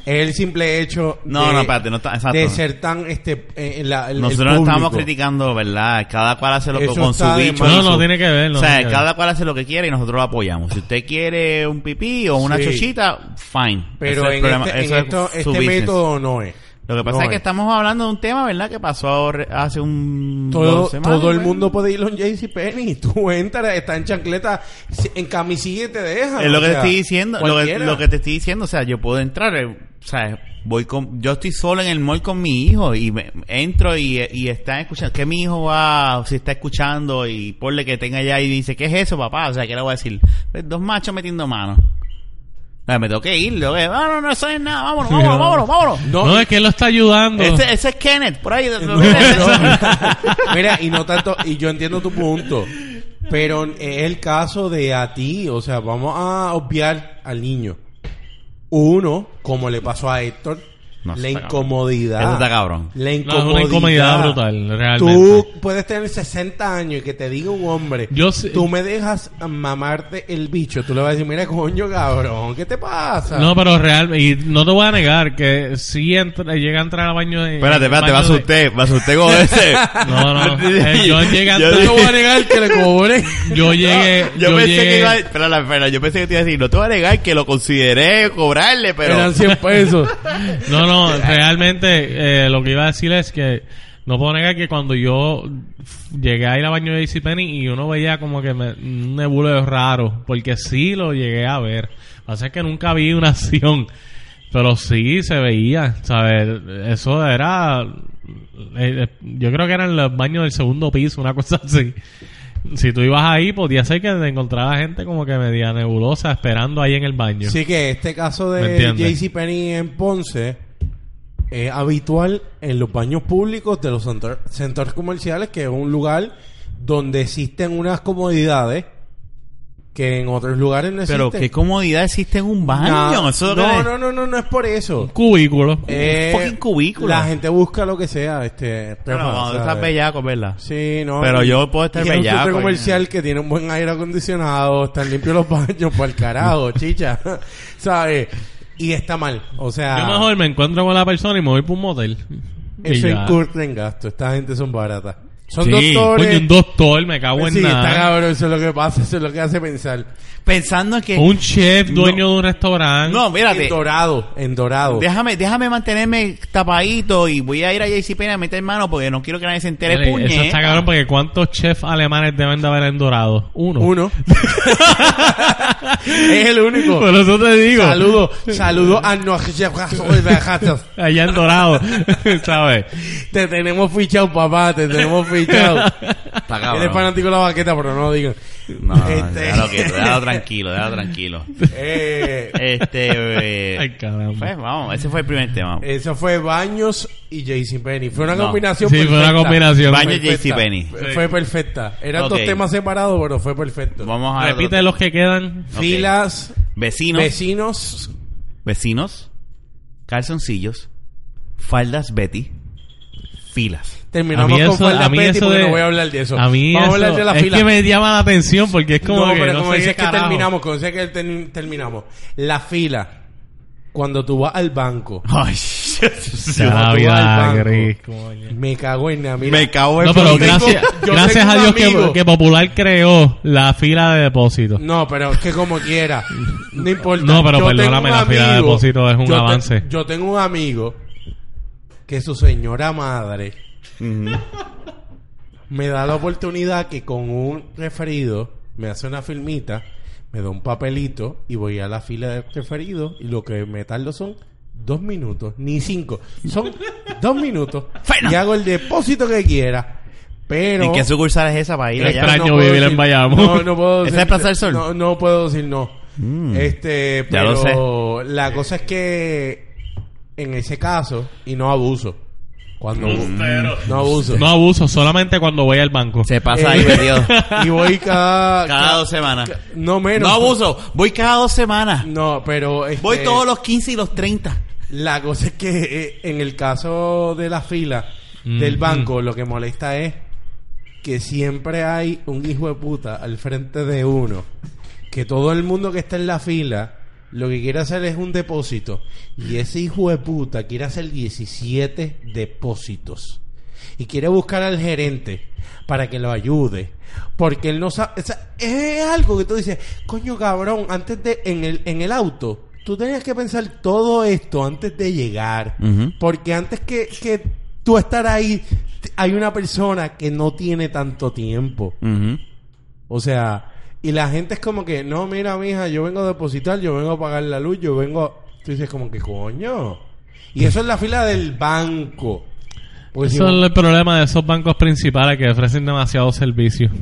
Speaker 3: Es el simple hecho
Speaker 1: No, no, espérate, no está- exacto.
Speaker 3: de ser tan este eh, la- el- el
Speaker 1: Nosotros no estábamos
Speaker 3: público.
Speaker 1: criticando, ¿verdad? Cada cual hace lo que
Speaker 3: Eso
Speaker 1: con su
Speaker 3: está de
Speaker 1: bicho.
Speaker 3: más.
Speaker 1: y
Speaker 2: No, no
Speaker 1: su-
Speaker 2: tiene que ver. no
Speaker 1: o sea,
Speaker 2: tiene que
Speaker 1: cada cual hace lo que quiere y nosotros lo apoyamos. Si usted quiere un pipí o una
Speaker 3: Sí.
Speaker 1: chochita, fine. Ese
Speaker 3: Pero
Speaker 1: es el
Speaker 3: en
Speaker 1: problema,
Speaker 3: este, en
Speaker 1: eso es
Speaker 3: esto-
Speaker 1: su
Speaker 3: este
Speaker 1: business.
Speaker 3: método no es.
Speaker 1: Lo que pasa
Speaker 3: No
Speaker 1: es que
Speaker 3: es.
Speaker 1: estamos hablando de un tema, ¿verdad? Que pasó re- hace un...
Speaker 3: Todo,
Speaker 1: dos semanas,
Speaker 3: todo el
Speaker 1: pues.
Speaker 3: mundo puede ir a un JCPenney. Tú entras, está en chancleta, si- en camisilla y te dejan.
Speaker 1: Es lo
Speaker 3: o
Speaker 1: que te
Speaker 3: sea,
Speaker 1: estoy diciendo, lo que,
Speaker 3: cualquiera.
Speaker 1: lo que te estoy diciendo, o sea, yo puedo entrar, eh, o sea, voy con, yo estoy solo en el mall con mi hijo y me- entro y, y están escuchando, que mi hijo va, si está escuchando y ponle que tenga ya y dice, ¿qué es eso, papá? O sea, ¿qué le voy a decir? Pues, Dos machos metiendo manos. O sea, me tengo que ir, luego, eh, no, no, no eso es nada, vámonos,
Speaker 2: Sí,
Speaker 1: vámonos,
Speaker 2: no.
Speaker 1: vámonos, vámonos.
Speaker 2: No,
Speaker 3: No,
Speaker 2: es que él lo está ayudando.
Speaker 1: Ese, ese es Kenneth, por ahí.
Speaker 3: No, no. Mira, y no tanto, y yo entiendo tu punto, pero es el caso de a ti, o sea, vamos a obviar al niño. Uno, como le pasó a Héctor,
Speaker 1: No, eso
Speaker 3: la
Speaker 1: está cabrón.
Speaker 3: incomodidad.
Speaker 1: Eso está cabrón.
Speaker 3: La
Speaker 2: No, es
Speaker 3: incomodidad.
Speaker 2: una incomodidad brutal,
Speaker 3: Tú
Speaker 2: realmente.
Speaker 3: puedes tener 60 años y que te diga un hombre,
Speaker 2: Yo sé-
Speaker 3: tú me dejas mamarte el bicho, tú le vas a decir, mira, coño, cabrón, ¿qué te pasa?
Speaker 2: No, pero real, y no te voy a negar que si entra, llega a entrar al baño de...
Speaker 1: Espérate,
Speaker 2: al
Speaker 1: espérate,
Speaker 2: baño
Speaker 1: me
Speaker 2: de-
Speaker 1: asusté, me asusté con ese.
Speaker 2: No, no, eh, yo llegué a
Speaker 1: Yo
Speaker 2: entrar-
Speaker 3: no voy a negar que le cobre.
Speaker 2: Yo llegué...
Speaker 1: yo,
Speaker 2: Eh, yo
Speaker 1: pensé
Speaker 2: llegué-
Speaker 1: que iba a, espera, espera, yo pensé que te iba a decir, no te voy a negar que lo consideré cobrarle, pero
Speaker 3: Eran 100 pesos.
Speaker 2: No, no, realmente eh, lo que iba a decir es que no puedo negar que cuando yo llegué a ir al baño de JCPenney y uno veía como que me, un nebuleo raro, porque sí lo llegué a ver. Lo que Pasa es que nunca vi una acción, pero sí se veía, ¿sabes? Eso era. eh, eh, yo creo que eran los baños del segundo piso, una cosa así. Si tú ibas ahí, podía ser que te encontraba gente como que media nebulosa esperando ahí en el baño.
Speaker 3: Así que este caso
Speaker 2: ¿Me
Speaker 3: de
Speaker 2: entiendes?
Speaker 3: JCPenney en Ponce es habitual en los baños públicos de los centro- centros comerciales, que es un lugar donde existen unas comodidades que en otros lugares no existen.
Speaker 1: pero qué comodidad existe en un baño,
Speaker 3: Nah,
Speaker 1: eso es lo que-
Speaker 3: no, no, no, no, no es por eso. Eh,
Speaker 2: Cubículo.
Speaker 1: fucking cubículo.
Speaker 3: La gente busca lo que sea, este.
Speaker 1: No, no,
Speaker 3: Rafa,
Speaker 1: cuando tú
Speaker 3: ¿sabes?
Speaker 1: estás bellaco, ¿verdad?
Speaker 3: Sí, no.
Speaker 1: Pero
Speaker 3: y-
Speaker 1: yo puedo estar
Speaker 3: y en un centro
Speaker 1: bellaco,
Speaker 3: comercial que tiene un buen aire acondicionado, están limpios los baños, por el carajo, chicha. ¿Sabes? Y está mal. O sea,
Speaker 2: Yo mejor me encuentro con la persona y me voy por un motel. Y
Speaker 3: eso
Speaker 2: ya.
Speaker 3: incurre en gasto. Esta gente son baratas. Son
Speaker 2: Sí,
Speaker 3: doctores.
Speaker 2: coño, un doctor, me cago en
Speaker 3: sí, está
Speaker 2: nada. ¿eh?
Speaker 3: cabrón, eso es lo que pasa, eso es lo que hace pensar.
Speaker 1: Pensando que
Speaker 2: Un chef, dueño
Speaker 1: No.
Speaker 2: de un restaurante.
Speaker 1: No, mírate.
Speaker 3: En dorado, en dorado.
Speaker 1: Déjame, déjame mantenerme tapadito y voy a ir a JCPenney a meter mano porque no quiero que nadie se entere
Speaker 2: Dale,
Speaker 1: puñe.
Speaker 2: Eh,
Speaker 1: ¿eh?
Speaker 2: eso está cabrón porque ¿cuántos chefs alemanes deben de haber en Dorado? Uno.
Speaker 3: Uno. es el único.
Speaker 2: Por eso te digo.
Speaker 3: Saludo, saludo a Noah
Speaker 2: Allá en Dorado, ¿sabes?
Speaker 3: Te tenemos fichado, papá, te tenemos fichado.
Speaker 1: Está cabrón.
Speaker 3: Eres fanático de la baqueta, pero no lo digan.
Speaker 1: No,
Speaker 3: Este-
Speaker 1: déjalo quieto, déjalo tranquilo, déjalo tranquilo.
Speaker 3: Eh,
Speaker 1: Este, eh,
Speaker 2: Ay,
Speaker 1: pues,
Speaker 2: caramba.
Speaker 1: vamos, ese fue el primer tema.
Speaker 3: eso fue Baños y JCPenney. Fue una
Speaker 1: No.
Speaker 2: Sí,
Speaker 3: combinación
Speaker 2: fue una combinación.
Speaker 1: Baño y
Speaker 3: Perfecta.
Speaker 1: JCPenney.
Speaker 3: Fue perfecta. Eran
Speaker 1: Ok.
Speaker 3: dos temas separados, pero fue perfecto.
Speaker 1: Vamos a
Speaker 2: Repite los que quedan.
Speaker 1: Ok.
Speaker 3: Filas,
Speaker 1: Vecinos.
Speaker 3: vecinos,
Speaker 1: Vecinos, calzoncillos, faldas Betty, filas.
Speaker 2: A mí
Speaker 3: terminamos con
Speaker 2: eso- a
Speaker 3: falda
Speaker 2: mí
Speaker 3: Betty
Speaker 2: eso
Speaker 3: porque
Speaker 2: de-
Speaker 3: no voy a hablar de eso.
Speaker 2: A mí
Speaker 3: Vamos a hablar
Speaker 2: eso-
Speaker 3: de la
Speaker 2: es
Speaker 3: fila.
Speaker 2: que me llama la atención porque es como
Speaker 3: no,
Speaker 2: que
Speaker 3: pero
Speaker 2: no
Speaker 3: como
Speaker 2: sé
Speaker 3: dices
Speaker 2: qué
Speaker 3: que
Speaker 2: carajo.
Speaker 3: terminamos, como dices que termi- terminamos. La fila. Cuando tú vas al banco.
Speaker 1: Ay,
Speaker 2: Ya
Speaker 3: Yo
Speaker 2: la
Speaker 3: no tuve al
Speaker 2: vida,
Speaker 3: banco.
Speaker 2: gris, coño.
Speaker 3: Me cago en la mira.
Speaker 1: me cago en
Speaker 2: No, pero
Speaker 1: Florida.
Speaker 2: gracias,
Speaker 3: Pues, yo
Speaker 2: gracias
Speaker 3: tengo
Speaker 2: a
Speaker 3: un
Speaker 2: Dios que,
Speaker 3: amigo.
Speaker 2: que Popular creó la fila de depósito.
Speaker 3: No, pero es que como quiera. No importa.
Speaker 2: No, pero
Speaker 3: Yo tengo
Speaker 2: perdóname,
Speaker 3: un
Speaker 2: la fila de
Speaker 3: amigo-
Speaker 2: depósito es un
Speaker 3: yo te-
Speaker 2: avance.
Speaker 3: yo tengo un amigo que su señora madre
Speaker 1: Ujú.
Speaker 3: me da la oportunidad que con un referido me hace una filmita, me da un papelito y voy a la fila de referido y lo que me tardo son dos minutos, ni cinco. Son dos minutos
Speaker 1: Fena.
Speaker 3: y hago el depósito que quiera. Pero...
Speaker 1: ¿Y qué sucursal es esa para ir
Speaker 2: Extra-
Speaker 1: allá?
Speaker 2: Extraño
Speaker 3: puedo
Speaker 2: vivir en
Speaker 3: decir-
Speaker 2: Bayamón.
Speaker 3: No, no puedo
Speaker 1: ¿Esa es
Speaker 3: decir.
Speaker 1: Plaza del Sol?
Speaker 3: No, no puedo decir no.
Speaker 1: Mm.
Speaker 3: Este,
Speaker 1: Ya
Speaker 3: pero
Speaker 1: lo
Speaker 3: la cosa es que en ese caso, y no abuso. Cuando
Speaker 2: Mm.
Speaker 3: no abuso.
Speaker 2: No abuso, solamente cuando voy al banco.
Speaker 1: Se pasa
Speaker 3: Eh,
Speaker 1: ahí, perdido.
Speaker 3: Y voy cada,
Speaker 1: Cada dos semanas.
Speaker 3: ca- no menos.
Speaker 1: No abuso, voy cada dos semanas.
Speaker 3: No, pero este,
Speaker 1: Voy todos los 15 y los 30.
Speaker 3: la cosa es que eh, en el caso de la fila del
Speaker 2: Mm.
Speaker 3: banco lo que molesta es que siempre hay un hijo de puta al frente de uno, que todo el mundo que está en la fila lo que quiere hacer es un depósito. Y ese hijo de puta quiere hacer 17 depósitos. Y quiere buscar al gerente para que lo ayude. Porque él no sabe. o sea, es algo que tú dices, coño cabrón, antes de. En el, en el auto, tú tenías que pensar todo esto antes de llegar.
Speaker 1: Ujú.
Speaker 3: Porque antes que, que tú estar ahí, t- hay una persona que no tiene tanto tiempo.
Speaker 1: Ujú.
Speaker 3: O sea, y la gente es como que, no, mira, mija, yo vengo a depositar, yo vengo a pagar la luz, yo vengo. Tú dices, como que, coño. Y eso es la fila del banco. Pues
Speaker 2: Eso es el problema de esos bancos principales que ofrecen demasiados servicios.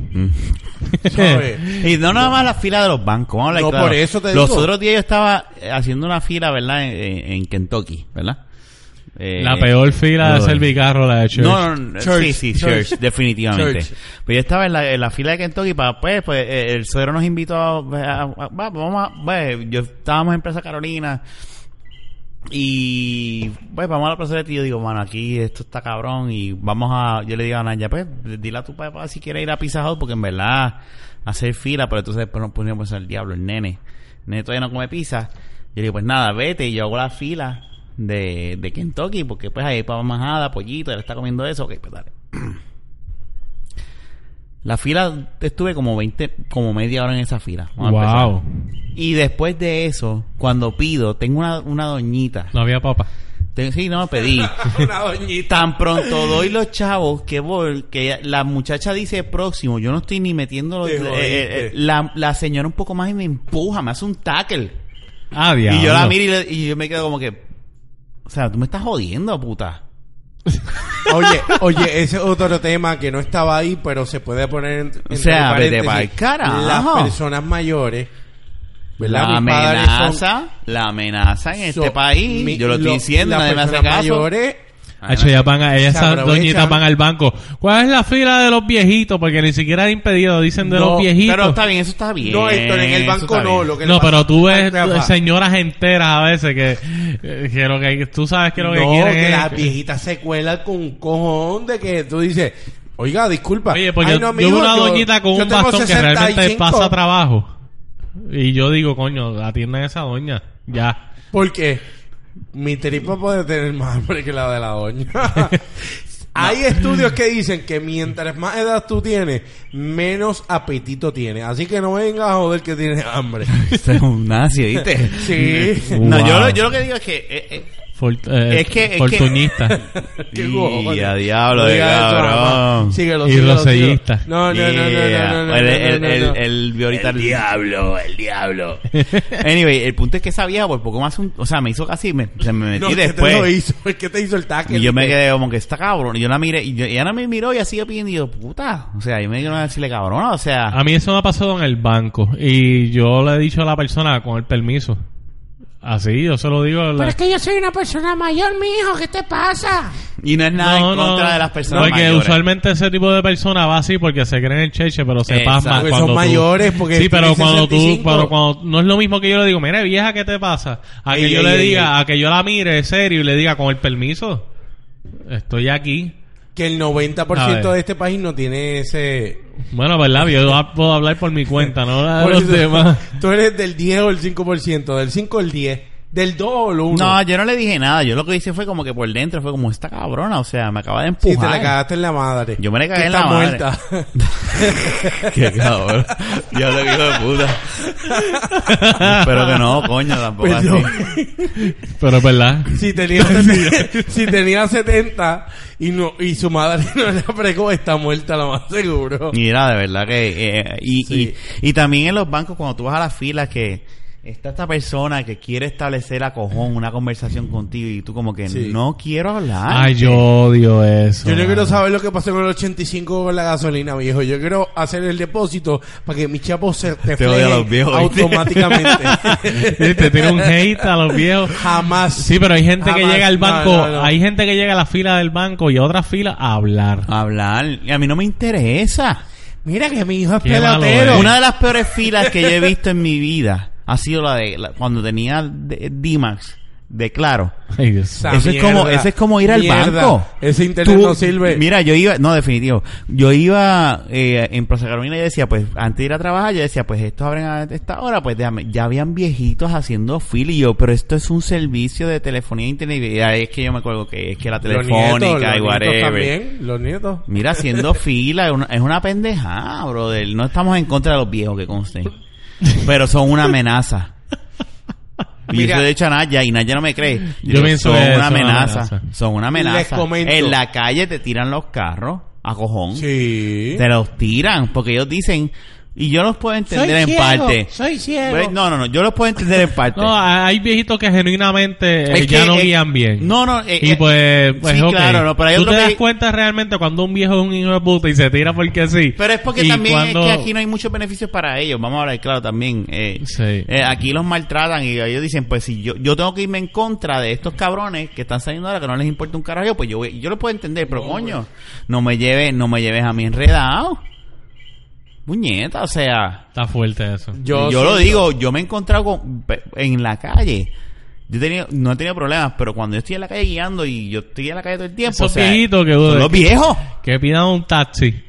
Speaker 1: Y no nada más la fila de los bancos, vamos a hablar
Speaker 3: No,
Speaker 1: claro.
Speaker 3: por eso te
Speaker 1: Los
Speaker 3: digo.
Speaker 1: otros días yo estaba eh, haciendo una fila, ¿verdad? En, en- en Kentucky, ¿verdad? Eh,
Speaker 2: la peor fila de
Speaker 1: no,
Speaker 2: servicarro, la de Church.
Speaker 1: No, no, no,
Speaker 3: Church,
Speaker 1: sí, sí,
Speaker 3: church.
Speaker 1: Church, definitivamente.
Speaker 3: Church.
Speaker 1: Pero yo estaba en la, en la fila de Kentucky para, pues, pues eh, el suegro nos invitó a, a- a- vamos a, pues, yo estábamos en Plaza Carolina y, pues, vamos a la Plaza de yo digo, mano, aquí esto está cabrón y vamos a, yo le digo a Naya, pues, dile a tu papá si quiere ir a Pizza Hut porque en verdad hacer fila, pero entonces después nos poníamos al diablo, el nene, el nene todavía no come pizza. Yo le digo, pues nada, vete y yo hago la fila de, de Kentucky porque, pues, ahí hay papa majada, pollito, él está comiendo eso, ok, pues dale. La fila, estuve como 20, como media hora en esa fila.
Speaker 2: Ah, pues,
Speaker 1: Vamos a empezar.
Speaker 2: wow.
Speaker 1: Y después de eso, cuando pido, tengo una, una doñita.
Speaker 2: No había papa.
Speaker 1: Ten- sí, no, pedí.
Speaker 3: Una doñita.
Speaker 1: Tan pronto doy los chavos que voy, que la muchacha dice próximo, yo no estoy ni metiendo los-
Speaker 3: Te
Speaker 1: eh,
Speaker 3: jodiste.
Speaker 1: eh, eh, la, la señora un poco más y me empuja, me hace un tackle.
Speaker 2: Ah, diablo.
Speaker 1: Y yo la miro y, le- y yo me quedo como que, o sea, tú me estás jodiendo, puta.
Speaker 3: Oye, oye, ese es otro tema que no estaba ahí, pero se puede poner en, entre
Speaker 1: sea, vete
Speaker 3: paréntesis.
Speaker 1: pa'l carajo.
Speaker 3: Las personas mayores, ¿verdad?
Speaker 1: La
Speaker 3: Mis padres son-
Speaker 1: amenaza, la amenaza en este
Speaker 3: son-
Speaker 1: país.
Speaker 3: mi-
Speaker 1: yo lo estoy
Speaker 3: lo-
Speaker 1: diciendo,
Speaker 3: las
Speaker 1: nadie me hace
Speaker 3: personas
Speaker 1: caso.
Speaker 3: mayores
Speaker 1: Ah,
Speaker 2: Hacho, ellas van a- ellas
Speaker 3: Se
Speaker 2: esas
Speaker 3: aprovechan.
Speaker 2: doñitas van al banco. ¿Cuál es la fila de los viejitos? Porque ni siquiera han impedido, dicen de
Speaker 3: No,
Speaker 2: los viejitos.
Speaker 1: Pero está bien, eso está bien.
Speaker 3: No, Héctor, en el
Speaker 1: eso
Speaker 3: banco
Speaker 1: está
Speaker 3: no.
Speaker 1: bien.
Speaker 3: Lo que le
Speaker 2: No,
Speaker 3: pasa- este
Speaker 2: pero tú ves
Speaker 3: Ay, Rafa.
Speaker 2: señoras enteras a veces que, eh, que lo que tú sabes que lo que
Speaker 3: no,
Speaker 2: quieren
Speaker 3: que
Speaker 2: es
Speaker 3: las viejitas se cuelan con un cojón de que tú dices, oiga, disculpa.
Speaker 2: Oye, pues
Speaker 3: Ay,
Speaker 2: yo,
Speaker 3: no,
Speaker 2: yo
Speaker 3: mijo,
Speaker 2: veo una
Speaker 3: yo-
Speaker 2: doñita con
Speaker 3: yo
Speaker 2: un
Speaker 3: tengo
Speaker 2: bastón que realmente
Speaker 3: 65.
Speaker 2: pasa trabajo. Y yo digo, coño, atiendan a esa doña. Ya.
Speaker 3: Porque mi tripa puede tener más hambre que la de la doña. Hay estudios que dicen que mientras más edad tú tienes, menos apetito tienes. Así que no vengas a joder que tienes hambre.
Speaker 1: Este es un nazi, ¿viste?
Speaker 3: Sí.
Speaker 1: No,
Speaker 2: Wow.
Speaker 1: yo, lo, yo lo que digo es que... eh, eh,
Speaker 2: Fort- eh,
Speaker 1: Es que- es que-
Speaker 2: fortuñista.
Speaker 3: Qué cojones.
Speaker 1: Y a diablo de
Speaker 3: Diga eso,
Speaker 1: cabrón.
Speaker 3: mamá. Síguelo,
Speaker 2: Y
Speaker 3: síguelo,
Speaker 2: rosellista.
Speaker 3: síguelo. No, no, no,
Speaker 1: Yeah.
Speaker 3: no, no, no, no,
Speaker 1: El-
Speaker 3: no,
Speaker 1: el-
Speaker 3: no,
Speaker 1: el-
Speaker 3: no.
Speaker 1: el- vi ahorita el diablo, el diablo. anyway, el punto es que esa vieja por poco más un... O sea, me hizo casi... Me, se me metí
Speaker 3: No, es que
Speaker 1: después.
Speaker 3: te lo hizo, es que te hizo el taque.
Speaker 1: Y yo me quedé como que está cabrón. Y yo la miré, y yo- y ella no me miró y así yo pidiendo, y yo, puta. O sea, yo me quiero decirle cabrona, o sea.
Speaker 3: Ah,
Speaker 2: A mí eso me ha pasado en el banco. Y yo le he dicho a la persona, con el permiso. Así, yo se lo digo. a la-
Speaker 4: Pero es que yo soy una persona mayor, mijo, ¿qué te pasa?
Speaker 1: Y no es nada en contra de las personas
Speaker 2: Porque
Speaker 1: mayores.
Speaker 2: usualmente ese tipo de personas va así porque se creen el cheche, pero se
Speaker 1: Exacto.
Speaker 2: pasman
Speaker 3: Porque
Speaker 2: cuando
Speaker 3: son
Speaker 2: tú-
Speaker 3: mayores, porque
Speaker 2: Sí, pero
Speaker 3: tienen
Speaker 2: cuando tú...
Speaker 3: 65.
Speaker 2: Cuando, cuando- no es lo mismo que yo le digo, mire vieja, ¿qué te pasa? A que
Speaker 3: Ey,
Speaker 2: yo
Speaker 3: ey,
Speaker 2: le
Speaker 3: ey,
Speaker 2: diga, a que yo la mire serio y le diga, con el permiso, estoy aquí.
Speaker 3: que el
Speaker 2: A
Speaker 3: 90%
Speaker 2: ver.
Speaker 3: de este país no tiene ese...
Speaker 2: Bueno, verdad, yo ha- puedo hablar por mi cuenta, no la de
Speaker 3: Por
Speaker 2: Ah, los
Speaker 3: eso,
Speaker 2: demás.
Speaker 3: Tú eres del 10 o el 5%, del 5 al 10, del 2 o el 1.
Speaker 1: No, yo no le dije nada. Yo lo que hice fue como que por dentro fue como esta cabrona, o sea, me acaba de
Speaker 3: si
Speaker 1: empujar.
Speaker 3: te la cagaste en la madre.
Speaker 1: Yo me la cagué
Speaker 3: Que
Speaker 1: en la
Speaker 3: está
Speaker 1: madre.
Speaker 3: muerta.
Speaker 1: Qué cabrón. Diablo, que hijo de puta. Espero que no, coño, tampoco
Speaker 3: Perdón.
Speaker 1: así.
Speaker 2: Pero verdad.
Speaker 3: si, tenía 70, si tenía 70 y, no, y su madre no la fregó, está muerta la más seguro.
Speaker 1: Mira, de verdad que... eh, y,
Speaker 3: Sí.
Speaker 1: y, y también en los bancos, cuando tú vas a las filas, que está esta persona que quiere establecer a cojón una conversación contigo y tú como que
Speaker 3: Sí.
Speaker 1: no quiero hablar.
Speaker 2: Ay, yo odio eso.
Speaker 3: Yo no quiero
Speaker 2: mano.
Speaker 3: saber lo que pasó con el 85 con la gasolina, viejo. Yo quiero hacer el depósito para que mi chapo se refleje
Speaker 1: odio a los viejos, ¿viste?
Speaker 3: automáticamente.
Speaker 2: Te tiene un hate a los viejos.
Speaker 3: Jamás.
Speaker 2: Sí, pero hay gente que
Speaker 3: Jamás.
Speaker 2: llega al
Speaker 3: No,
Speaker 2: banco,
Speaker 3: no, no.
Speaker 2: hay gente que llega a la fila del banco y a otra fila a hablar.
Speaker 1: Hablar. Y a mí no me interesa.
Speaker 3: Mira que mi hijo es
Speaker 2: Qué malo
Speaker 3: pelotero.
Speaker 2: es.
Speaker 1: Una de las peores filas que yo he visto en mi vida ha sido la de la- cuando tenía D- D-Max de claro.
Speaker 2: Ay, Dios.
Speaker 3: Esa
Speaker 1: eso es
Speaker 3: mierda,
Speaker 1: como eso es como ir al
Speaker 3: mierda.
Speaker 1: banco.
Speaker 3: Ese internet
Speaker 1: Tú-
Speaker 3: no sirve.
Speaker 1: Mira, yo iba, no definitivo. Yo iba eh, en Plaza Carolina y yo decía, pues antes de ir a trabajar, yo decía, pues estos abren a esta hora, pues déjame. Ya habían viejitos haciendo fila y yo, pero esto es un servicio de telefonía e internet. Y ahí es que yo me acuerdo que es que la
Speaker 3: los nietos,
Speaker 1: telefónica y
Speaker 3: los nietos
Speaker 1: whatever.
Speaker 3: también, los nietos.
Speaker 1: Mira, haciendo fila es una, es una pendejada, brother. No estamos en contra de los viejos que consten, pero son una amenaza. Y
Speaker 3: Mira.
Speaker 1: yo se lo he dicho a Naya y Naya no me cree.
Speaker 2: Yo
Speaker 1: Digo,
Speaker 2: pienso
Speaker 1: son
Speaker 2: que
Speaker 1: una
Speaker 2: son una
Speaker 1: amenaza.
Speaker 2: amenaza.
Speaker 1: Son una
Speaker 3: Les
Speaker 1: amenaza.
Speaker 3: comento.
Speaker 1: En la calle te tiran los carros a cojón.
Speaker 3: Sí.
Speaker 1: Mm. Te los tiran porque ellos dicen y yo los puedo entender en
Speaker 4: ciego,
Speaker 1: parte.
Speaker 4: Soy ciego.
Speaker 1: Pero- no, no, no, yo los puedo entender en parte.
Speaker 2: No, eh, hay viejitos que genuinamente eh,
Speaker 1: eh. Es
Speaker 2: ya
Speaker 1: que,
Speaker 2: no
Speaker 1: eh,
Speaker 2: guían bien.
Speaker 1: no, no, eh,
Speaker 2: y
Speaker 1: eh,
Speaker 2: pues, pues
Speaker 1: sí,
Speaker 2: ok.
Speaker 1: claro, no, pero hay
Speaker 2: Tú
Speaker 1: otro
Speaker 2: te
Speaker 1: que-
Speaker 2: das cuenta realmente cuando un viejo es un hijo de puta y se tira porque sí.
Speaker 1: Pero es porque
Speaker 2: Y
Speaker 1: también
Speaker 2: cuando-
Speaker 1: es que aquí no hay muchos beneficios para ellos. Vamos a hablar, claro, también. eh,
Speaker 2: Sí.
Speaker 1: eh, aquí los maltratan y ellos dicen, pues si yo, yo tengo que irme en contra de estos cabrones que están saliendo ahora que no les importa un carajo, pues yo, voy- yo lo puedo entender, pero coño, no pues. me lleves, no me lleves a mí enredado. Muñeta, o sea.
Speaker 2: Está fuerte eso.
Speaker 1: Yo, lo digo, yo me he encontrado con, pe- en la calle. Yo he tenido, no he tenido problemas, pero cuando yo estoy en la calle guiando y yo estoy en la calle todo el tiempo.
Speaker 2: Esos
Speaker 1: o sea,
Speaker 2: viejitos que-
Speaker 1: son los viejos.
Speaker 2: Que pidan un taxi.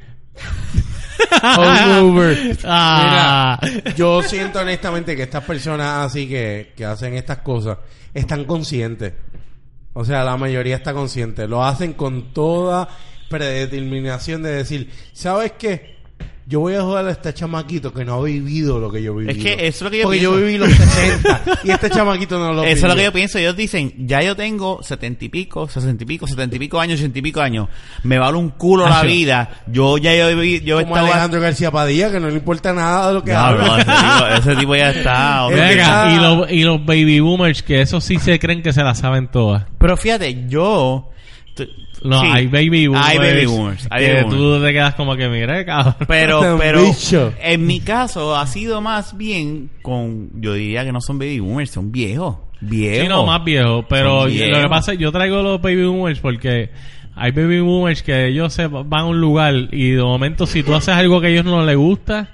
Speaker 3: Un Uber.
Speaker 2: Ah.
Speaker 3: Mira, yo siento honestamente que estas personas así que, que hacen estas cosas están conscientes. O sea, la mayoría está consciente. Lo hacen con toda predeterminación de decir, ¿sabes qué? Yo voy a joder a este chamaquito que no ha vivido lo que yo viví.
Speaker 1: Es que eso es lo que yo
Speaker 3: Porque yo
Speaker 1: pienso.
Speaker 3: viví los 60 y este chamaquito no lo
Speaker 1: Eso es lo que
Speaker 3: vivió.
Speaker 1: yo pienso. Ellos dicen, ya yo tengo setenta y pico, sesenta y pico, setenta y pico años, ochenta y pico años. Me vale un culo la
Speaker 2: Ah, sí.
Speaker 1: vida. Yo ya yo, viví- yo
Speaker 3: Como
Speaker 1: estaba...
Speaker 3: Alejandro García Padilla, que no le importa nada de lo que
Speaker 1: Ya,
Speaker 3: habla.
Speaker 1: bro, ese, tipo, ese tipo ya está...
Speaker 3: El que
Speaker 2: Venga,
Speaker 3: está-
Speaker 2: y, los, y los baby boomers que esos sí se creen que se la saben todas.
Speaker 1: Pero fíjate, yo... tú-
Speaker 2: No,
Speaker 1: sí,
Speaker 2: hay baby boomers.
Speaker 1: Hay baby boomers. hay
Speaker 2: que
Speaker 1: baby boomers.
Speaker 2: tú te quedas como que, mira, cabrón.
Speaker 1: Pero,
Speaker 3: Tan
Speaker 1: pero
Speaker 3: bicho.
Speaker 1: en mi caso ha sido más bien con, yo diría que no son baby boomers, son viejos. Viejos.
Speaker 2: Sí, no, más viejo. Pero
Speaker 1: Son viejos.
Speaker 2: lo que pasa es yo traigo los baby boomers porque hay baby boomers que ellos se van a un lugar y de momento si tú haces algo que a ellos no les gusta,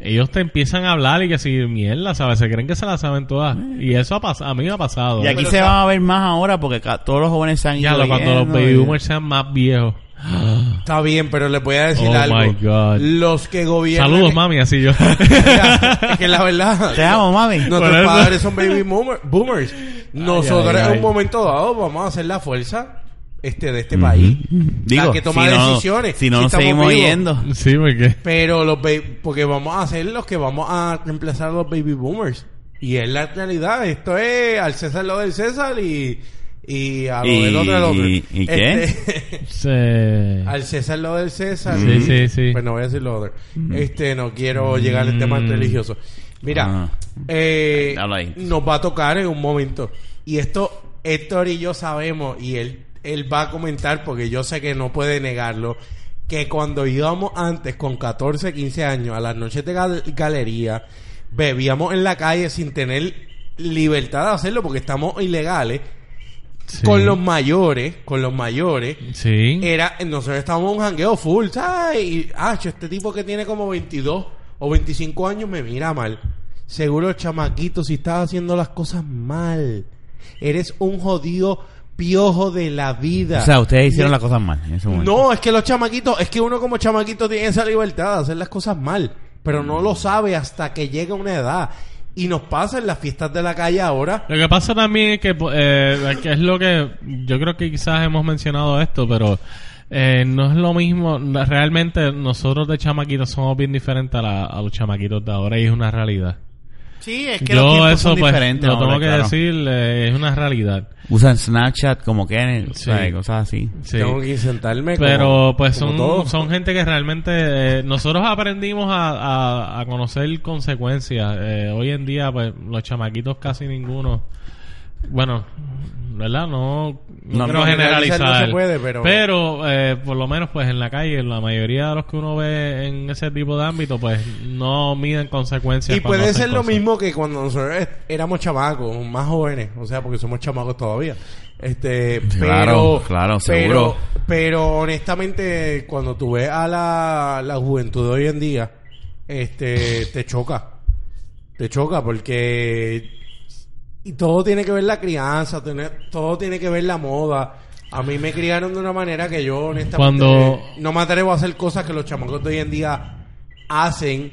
Speaker 2: ellos te empiezan a hablar y que si mierda, ¿sabes? Se creen que se la saben todas. Y eso ha pas- a mí me ha pasado.
Speaker 1: Y aquí se van a ver más ahora porque ca- todos los jóvenes se han
Speaker 2: Ya,
Speaker 1: ido
Speaker 2: lo- cuando los
Speaker 1: yendo
Speaker 2: baby
Speaker 1: y-
Speaker 2: boomers sean más viejos.
Speaker 3: Está bien, pero les voy a decir
Speaker 2: Oh
Speaker 3: algo.
Speaker 2: my God.
Speaker 3: Los que gobiernan.
Speaker 2: Saludos, mami, así yo.
Speaker 3: Mira, es que la verdad.
Speaker 1: Te amo, mami.
Speaker 2: Por
Speaker 3: Nuestros
Speaker 2: eso.
Speaker 3: padres son baby boomer- boomers. Nosotros
Speaker 2: ay, ay.
Speaker 3: en un momento dado vamos a hacer la fuerza este de este país. la que toma
Speaker 1: si no-
Speaker 3: decisiones.
Speaker 1: si no nos
Speaker 3: estamos
Speaker 1: seguimos
Speaker 3: vivos.
Speaker 1: yendo.
Speaker 2: sí, porque...
Speaker 3: Pero los ba- porque vamos a ser los que vamos a reemplazar a los baby boomers. Y es la realidad. Esto es al César lo del César y, y a lo
Speaker 1: ¿Y-
Speaker 3: del otro del otro.
Speaker 1: y- y qué?
Speaker 3: Este-
Speaker 2: Se...
Speaker 3: Al César lo del César.
Speaker 2: Sí, sí, sí. Mm.
Speaker 3: Pues no voy a decir lo otro. Este, no quiero llegar al tema religioso. Mira,
Speaker 1: Ah.
Speaker 3: eh,
Speaker 1: Habla ahí.
Speaker 3: nos va a tocar en un momento. Y esto, Héctor y yo sabemos, y él, él va a comentar, porque yo sé que no puede negarlo, que cuando íbamos antes con 14, 15 años a las noches de gal- galería, bebíamos en la calle sin tener libertad de hacerlo porque estamos ilegales.
Speaker 2: Sí.
Speaker 3: Con los mayores, con los mayores,
Speaker 2: Sí.
Speaker 1: Eh,
Speaker 3: era, nosotros estábamos en un jangueo full, ¿sabes? Y, ah, cho, este tipo que tiene como 22 o 25 años me mira mal. Seguro, chamaquito, si estás haciendo las cosas mal. Eres un jodido piojo de la vida.
Speaker 1: O sea, ustedes hicieron
Speaker 3: Y-
Speaker 1: las cosas mal en ese momento.
Speaker 3: No, es que los chamaquitos, es que uno como chamaquito tiene esa libertad de hacer las cosas mal. Pero no lo sabe hasta que llega una edad. Y nos pasa en las fiestas de la calle ahora.
Speaker 2: Lo que pasa también es que, eh, que es lo que yo creo que quizás hemos mencionado esto, pero eh, no es lo mismo. No- Realmente nosotros de chamaquitos somos bien diferentes a, la- a los chamaquitos de ahora y es una realidad.
Speaker 1: Sí, es que los
Speaker 2: Yo
Speaker 1: tiempos
Speaker 2: eso
Speaker 1: son
Speaker 2: pues
Speaker 1: diferentes.
Speaker 2: lo
Speaker 1: hombre,
Speaker 2: tengo que
Speaker 1: claro.
Speaker 2: decir, eh, es una realidad.
Speaker 1: Usan Snapchat como que,
Speaker 2: Sí.
Speaker 1: cosas así.
Speaker 2: Sí.
Speaker 3: Tengo que sentarme.
Speaker 2: Pero
Speaker 3: como-
Speaker 2: pues
Speaker 3: como
Speaker 2: son,
Speaker 3: todos.
Speaker 2: son gente que realmente eh, nosotros aprendimos a, a- a conocer consecuencias. Eh, hoy en día pues los chamaquitos casi ninguno. Bueno, ¿verdad? No, no,
Speaker 1: No,
Speaker 2: quiero
Speaker 1: no,
Speaker 2: generalizar.
Speaker 3: generalizar no se puede, pero-
Speaker 2: eh, por lo menos pues en la calle, la mayoría de los que uno ve en ese tipo de ámbito pues no miden consecuencias.
Speaker 3: Y
Speaker 2: cuando
Speaker 3: puede
Speaker 2: hacen
Speaker 3: ser lo
Speaker 2: cosas.
Speaker 3: mismo que cuando nosotros es- éramos chamacos, más jóvenes, o sea, porque somos chamacos todavía. Este,
Speaker 1: Claro,
Speaker 3: pero,
Speaker 1: claro,
Speaker 3: pero-
Speaker 1: seguro.
Speaker 3: Pero honestamente, cuando tú ves a la, la juventud de hoy en día, este, te choca. Te choca porque Y todo tiene que ver la crianza, tiene- todo tiene que ver la moda. A mí me criaron de una manera que yo, honestamente,
Speaker 2: Cuando-
Speaker 3: no me atrevo a hacer cosas que los chamacos de hoy en día hacen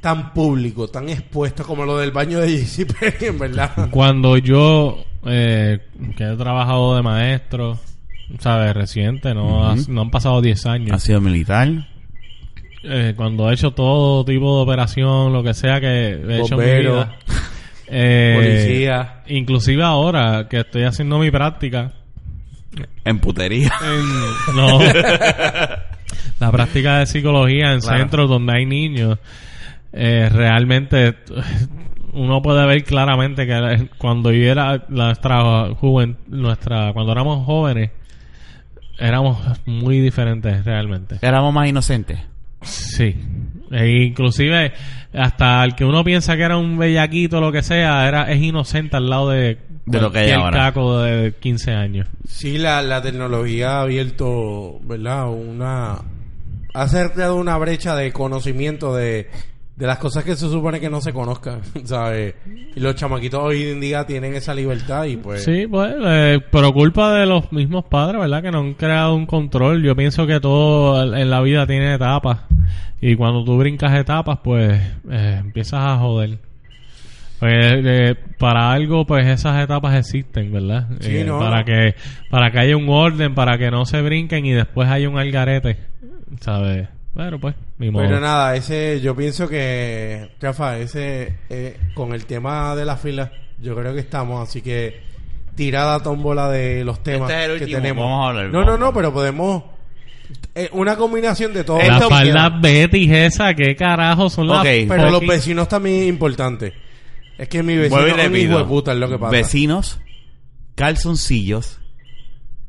Speaker 3: tan público, tan expuesto como lo del baño de JCPenney, en verdad.
Speaker 2: Cuando yo, eh, que he trabajado de maestro, ¿sabes? Reciente, no,
Speaker 1: Ujú.
Speaker 2: Has- no han pasado 10 años.
Speaker 1: Ha sido militar.
Speaker 2: Eh, cuando he hecho todo tipo de operación, lo que sea que he hecho en mi
Speaker 3: Bombero.
Speaker 2: vida. Eh,
Speaker 3: Policía.
Speaker 2: Inclusive ahora que estoy haciendo mi práctica.
Speaker 1: En putería.
Speaker 2: en- no. la práctica de psicología en
Speaker 1: Claro.
Speaker 2: centros donde hay niños. eh, realmente uno puede ver claramente que la- cuando yo era nuestra juven, nuestra cuando éramos jóvenes éramos muy diferentes realmente.
Speaker 1: Éramos más inocentes.
Speaker 2: Sí. E inclusive hasta el que uno piensa que era un bellaquito lo que sea, era es inocente al lado de,
Speaker 1: De lo que hay
Speaker 2: cualquier
Speaker 1: ahora.
Speaker 2: caco de 15 años.
Speaker 3: Sí, la, la tecnología ha abierto, ¿verdad? Una. Ha cerrado una brecha de conocimiento de, de las cosas que se supone que no se conozcan, ¿sabes? Y los chamaquitos hoy en día tienen esa libertad y pues.
Speaker 2: Sí, pues, eh, pero culpa de los mismos padres, ¿verdad? Que no han creado un control. Yo pienso que todo en la vida tiene etapas. Y cuando tú brincas etapas, pues eh, empiezas a joder. Pues, eh, para algo, pues esas etapas existen, ¿verdad?
Speaker 3: Sí,
Speaker 2: Eh,
Speaker 3: no,
Speaker 2: para
Speaker 3: no.
Speaker 2: que para que haya un orden, para que no se brinquen y después haya un algarete, ¿sabes? Pero pues, ni modo.
Speaker 3: Pero nada, ese, yo pienso que, Rafa, ese, eh, con el tema de las filas, yo creo que estamos, así que tirada tómbola de los temas
Speaker 1: Este es el
Speaker 3: que
Speaker 1: último,
Speaker 3: tenemos.
Speaker 1: vamos a hablar,
Speaker 3: no, no,
Speaker 1: vamos.
Speaker 3: no, pero podemos, eh, una combinación de todo.
Speaker 2: la
Speaker 1: Esto-
Speaker 2: falda Betty esa, ¿qué carajo son las
Speaker 1: Ok,
Speaker 3: Pero los
Speaker 2: fucking-
Speaker 3: vecinos también es importante. Es que mi vecino
Speaker 1: Vuelvo y
Speaker 3: es un
Speaker 1: repito.
Speaker 3: hijo de puta, es lo que pasa.
Speaker 1: Vecinos, calzoncillos,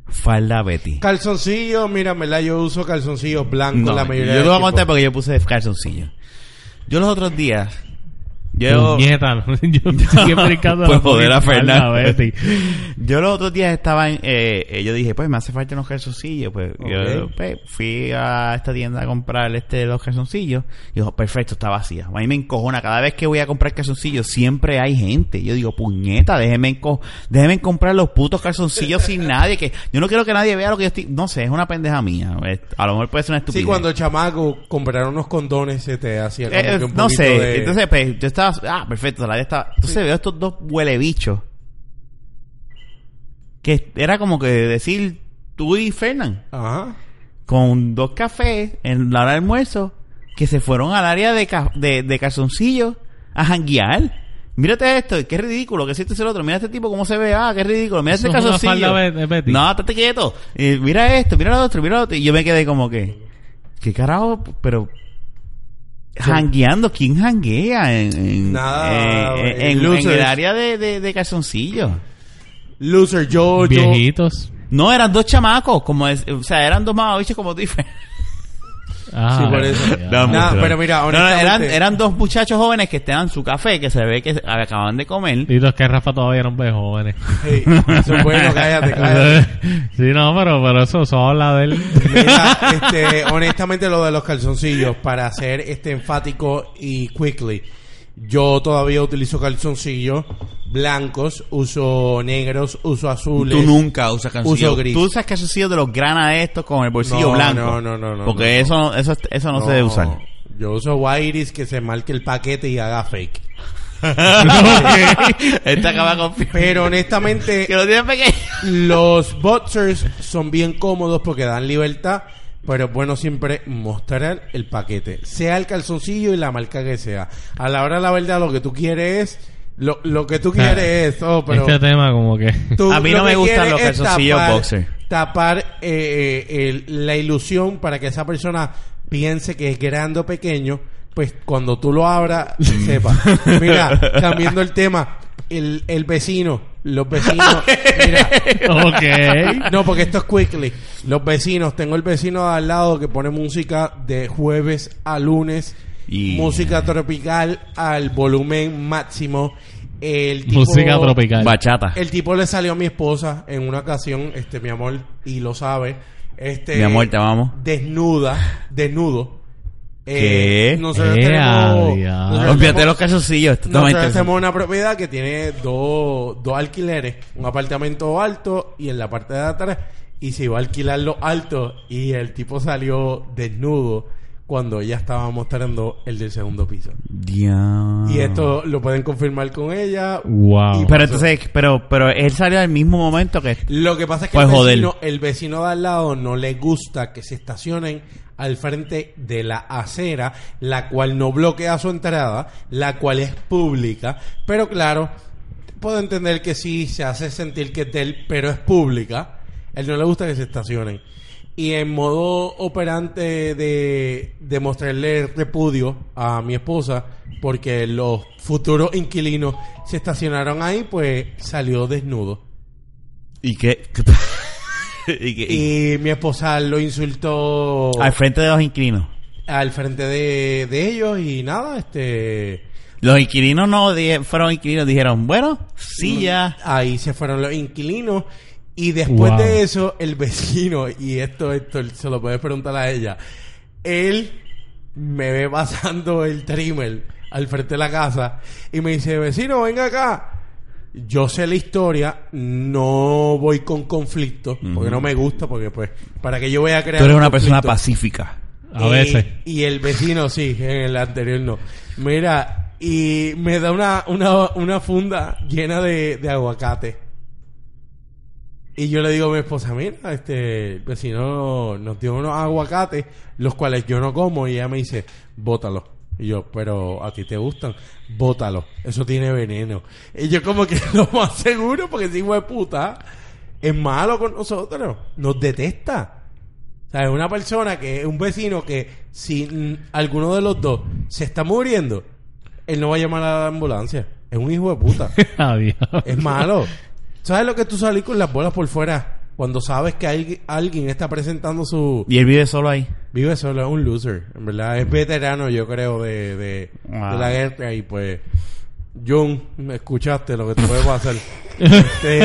Speaker 1: falda Betty.
Speaker 3: Calzoncillos, mira, en ¿verdad? Yo uso calzoncillos blancos
Speaker 1: No,
Speaker 3: la mayoría
Speaker 1: yo
Speaker 3: del
Speaker 1: te voy a contar
Speaker 3: tiempo.
Speaker 1: porque yo puse calzoncillos. Yo los otros días, yo,
Speaker 2: Puñeta, ¿no? yo estoy brincando
Speaker 1: Pues joder a Fernan.
Speaker 2: Betty.
Speaker 1: yo los otros días estaba en, eh, eh, yo dije, pues me hace falta unos calzoncillos, pues, yo,
Speaker 3: Ok.
Speaker 1: pues, fui a esta tienda a comprar este los calzoncillos, y dijo, perfecto, está vacía. A mí me encojona, cada vez que voy a comprar calzoncillos siempre hay gente. Yo digo, puñeta, déjenme enco déjenme comprar los putos calzoncillos sin nadie, que yo no quiero que nadie vea lo que yo estoy, no sé, es una pendeja mía, Es- a lo mejor puede ser una estupidez.
Speaker 3: Sí, cuando chamaco compraron unos condones se te hacía como
Speaker 1: Eh,
Speaker 3: que un
Speaker 1: no
Speaker 3: poquito
Speaker 1: sé,
Speaker 3: de-
Speaker 1: entonces pues, yo estaba, ah, perfecto, la estaba, entonces veo estos dos huelebichos que era como que decir tú y Fernán
Speaker 3: Ajá.
Speaker 1: con dos cafés en la hora de almuerzo que se fueron al área de, ca- de, de calzoncillos a janguear. Mírate esto, qué ridículo, que si este es el otro, mira este tipo cómo se ve, ah, qué ridículo, mira
Speaker 2: Eso
Speaker 1: este
Speaker 2: es una
Speaker 1: calzoncillo.
Speaker 2: falda Bet- Betty.
Speaker 1: No, estate quieto, Eh, mira esto, mira lo otro, mira lo otro. Y yo me quedé como que, qué carajo, pero jangueando, ¿quién janguea en, en,
Speaker 3: Nada,
Speaker 1: en- en-
Speaker 3: eh,
Speaker 1: en
Speaker 3: losers.
Speaker 1: el área de, de, de calzoncillos?
Speaker 3: Loser, yo, yo...
Speaker 2: Viejitos.
Speaker 1: No, eran dos chamacos, como es- o sea, eran dos mamabichos como tú y Fernan.
Speaker 2: Ah,
Speaker 3: Sí, por eso.
Speaker 2: ya.
Speaker 1: No,
Speaker 3: Nah,
Speaker 1: mucho.
Speaker 3: pero mira,
Speaker 1: No, no, eran,
Speaker 3: honestamente-
Speaker 1: eran dos muchachos jóvenes que estaban en su café, que se ve que acaban de comer.
Speaker 2: Dito, es que Rafa todavía no ve jóvenes.
Speaker 3: Hey, eso es bueno, cállate, cállate.
Speaker 2: sí, no, pero, pero eso, eso habla de él.
Speaker 3: Mira, este, honestamente lo de los calzoncillos, para ser este enfático y quickly, yo todavía utilizo calzoncillos blancos, uso negros, uso azules.
Speaker 1: Tú nunca usas calzoncillos.
Speaker 3: Uso gris.
Speaker 1: Tú usas calzoncillos de los granas estos con el bolsillo
Speaker 3: No,
Speaker 1: blanco.
Speaker 3: no, no, no, no,
Speaker 1: Porque eso no, eso, eso no, se debe usar.
Speaker 3: Yo uso Wiris que se marque el paquete y haga fake.
Speaker 1: Esta acaba con
Speaker 3: Pero
Speaker 1: que
Speaker 3: honestamente,
Speaker 1: lo tiene pequeño.
Speaker 3: los boxers son bien cómodos porque dan libertad, pero es bueno siempre mostrar el paquete, sea el calzoncillo y la marca que sea. A la hora de la verdad, lo que tú quieres es. Lo, lo que tú quieres es. Oh, pero
Speaker 2: este tema como que...
Speaker 3: Tú
Speaker 1: A mí
Speaker 3: lo
Speaker 1: no
Speaker 3: que
Speaker 1: me gustan
Speaker 3: quieres
Speaker 1: los
Speaker 3: es
Speaker 1: calzoncillos
Speaker 3: tapar-
Speaker 1: boxer.
Speaker 3: Tapar eh, eh, el- la ilusión para que esa persona piense que es grande o pequeño, pues cuando tú lo abras, sepa. Mira, cambiando el tema, el, el vecino, los vecinos, mira,
Speaker 2: ok.
Speaker 3: no, porque esto es quickly. Los vecinos, tengo el vecino de al lado que pone música de jueves a lunes,
Speaker 1: Y-
Speaker 3: música tropical al volumen máximo. El tipo-
Speaker 2: Música tropical.
Speaker 1: Bachata.
Speaker 3: el tipo le salió a mi esposa en una ocasión, este, mi amor, y lo sabe. Este,
Speaker 1: Mi amor, te amamos.
Speaker 3: Desnuda, desnudo. Eh,
Speaker 1: ¿Qué?
Speaker 3: Nosotros
Speaker 2: Eh,
Speaker 3: tenemos.
Speaker 2: adiós.
Speaker 3: nosotros
Speaker 1: Olvídate
Speaker 3: tenemos-
Speaker 1: los calzoncillos.
Speaker 3: Nosotros
Speaker 1: totalmente.
Speaker 3: hacemos una propiedad que tiene dos, dos alquileres, un apartamento alto y en la parte de atrás. Y se iba a alquilar los altos y el tipo salió desnudo cuando ella estaba mostrando el del segundo piso.
Speaker 1: Diablo.
Speaker 3: Y esto lo pueden confirmar con ella.
Speaker 2: Wow.
Speaker 3: Y
Speaker 1: Pero entonces, pero, pero él salió al mismo momento que.
Speaker 3: Lo que pasa es que
Speaker 1: Pues,
Speaker 3: el,
Speaker 1: joder.
Speaker 3: vecino, el vecino de al lado no le gusta que se estacionen al frente de la acera, la cual no bloquea su entrada, la cual es pública, pero claro, puedo entender que sí se hace sentir que es de él, pero es pública. Él no le gusta que se estacionen. Y en modo operante de, de mostrarle repudio a mi esposa, porque los futuros inquilinos se estacionaron ahí, pues salió desnudo.
Speaker 1: ¿Y qué? ¿Y qué?
Speaker 3: Y mi esposa lo insultó
Speaker 1: Al frente de los inquilinos.
Speaker 3: al frente de, de ellos y nada, este...
Speaker 1: Los inquilinos no di- fueron inquilinos, dijeron, bueno, sí ya.
Speaker 3: mm, Ahí se fueron los inquilinos y después
Speaker 2: Wow.
Speaker 3: de eso el vecino, y esto, esto se lo puedes preguntar a ella, él me ve pasando el trimmer al frente de la casa y me dice, vecino, venga acá. Yo sé la historia, no voy con conflicto, porque no me gusta, porque pues, para que yo voy a crear...
Speaker 1: Tú eres
Speaker 3: un
Speaker 1: una persona
Speaker 3: conflicto.
Speaker 1: pacífica.
Speaker 2: A
Speaker 3: Y-
Speaker 2: veces.
Speaker 3: Y el vecino, sí, en el anterior no. Mira, y me da una, una, una funda llena de, de aguacate. Y yo le digo a mi esposa, mira, este el vecino nos dio unos aguacates, los cuales yo no como, y ella me dice, bótalo. Y yo, pero a ti te gustan, bótalo, eso tiene veneno. Y yo como que lo más seguro, porque ese hijo de puta es malo con nosotros, nos detesta. O sea, es una persona que es un vecino que si mm, alguno de los dos se está muriendo, él no va a llamar a la ambulancia. Es un hijo de puta.
Speaker 2: Adiós.
Speaker 3: es malo. ¿Sabes lo que tú salís con las bolas por fuera? Cuando sabes que hay, alguien está presentando su...
Speaker 1: Y él vive solo ahí.
Speaker 3: Vive solo, es un loser. En verdad, es veterano, yo creo, de, de,
Speaker 1: Ah.
Speaker 3: de la guerra. Y pues, John, me escuchaste lo que te puede pasar. Este,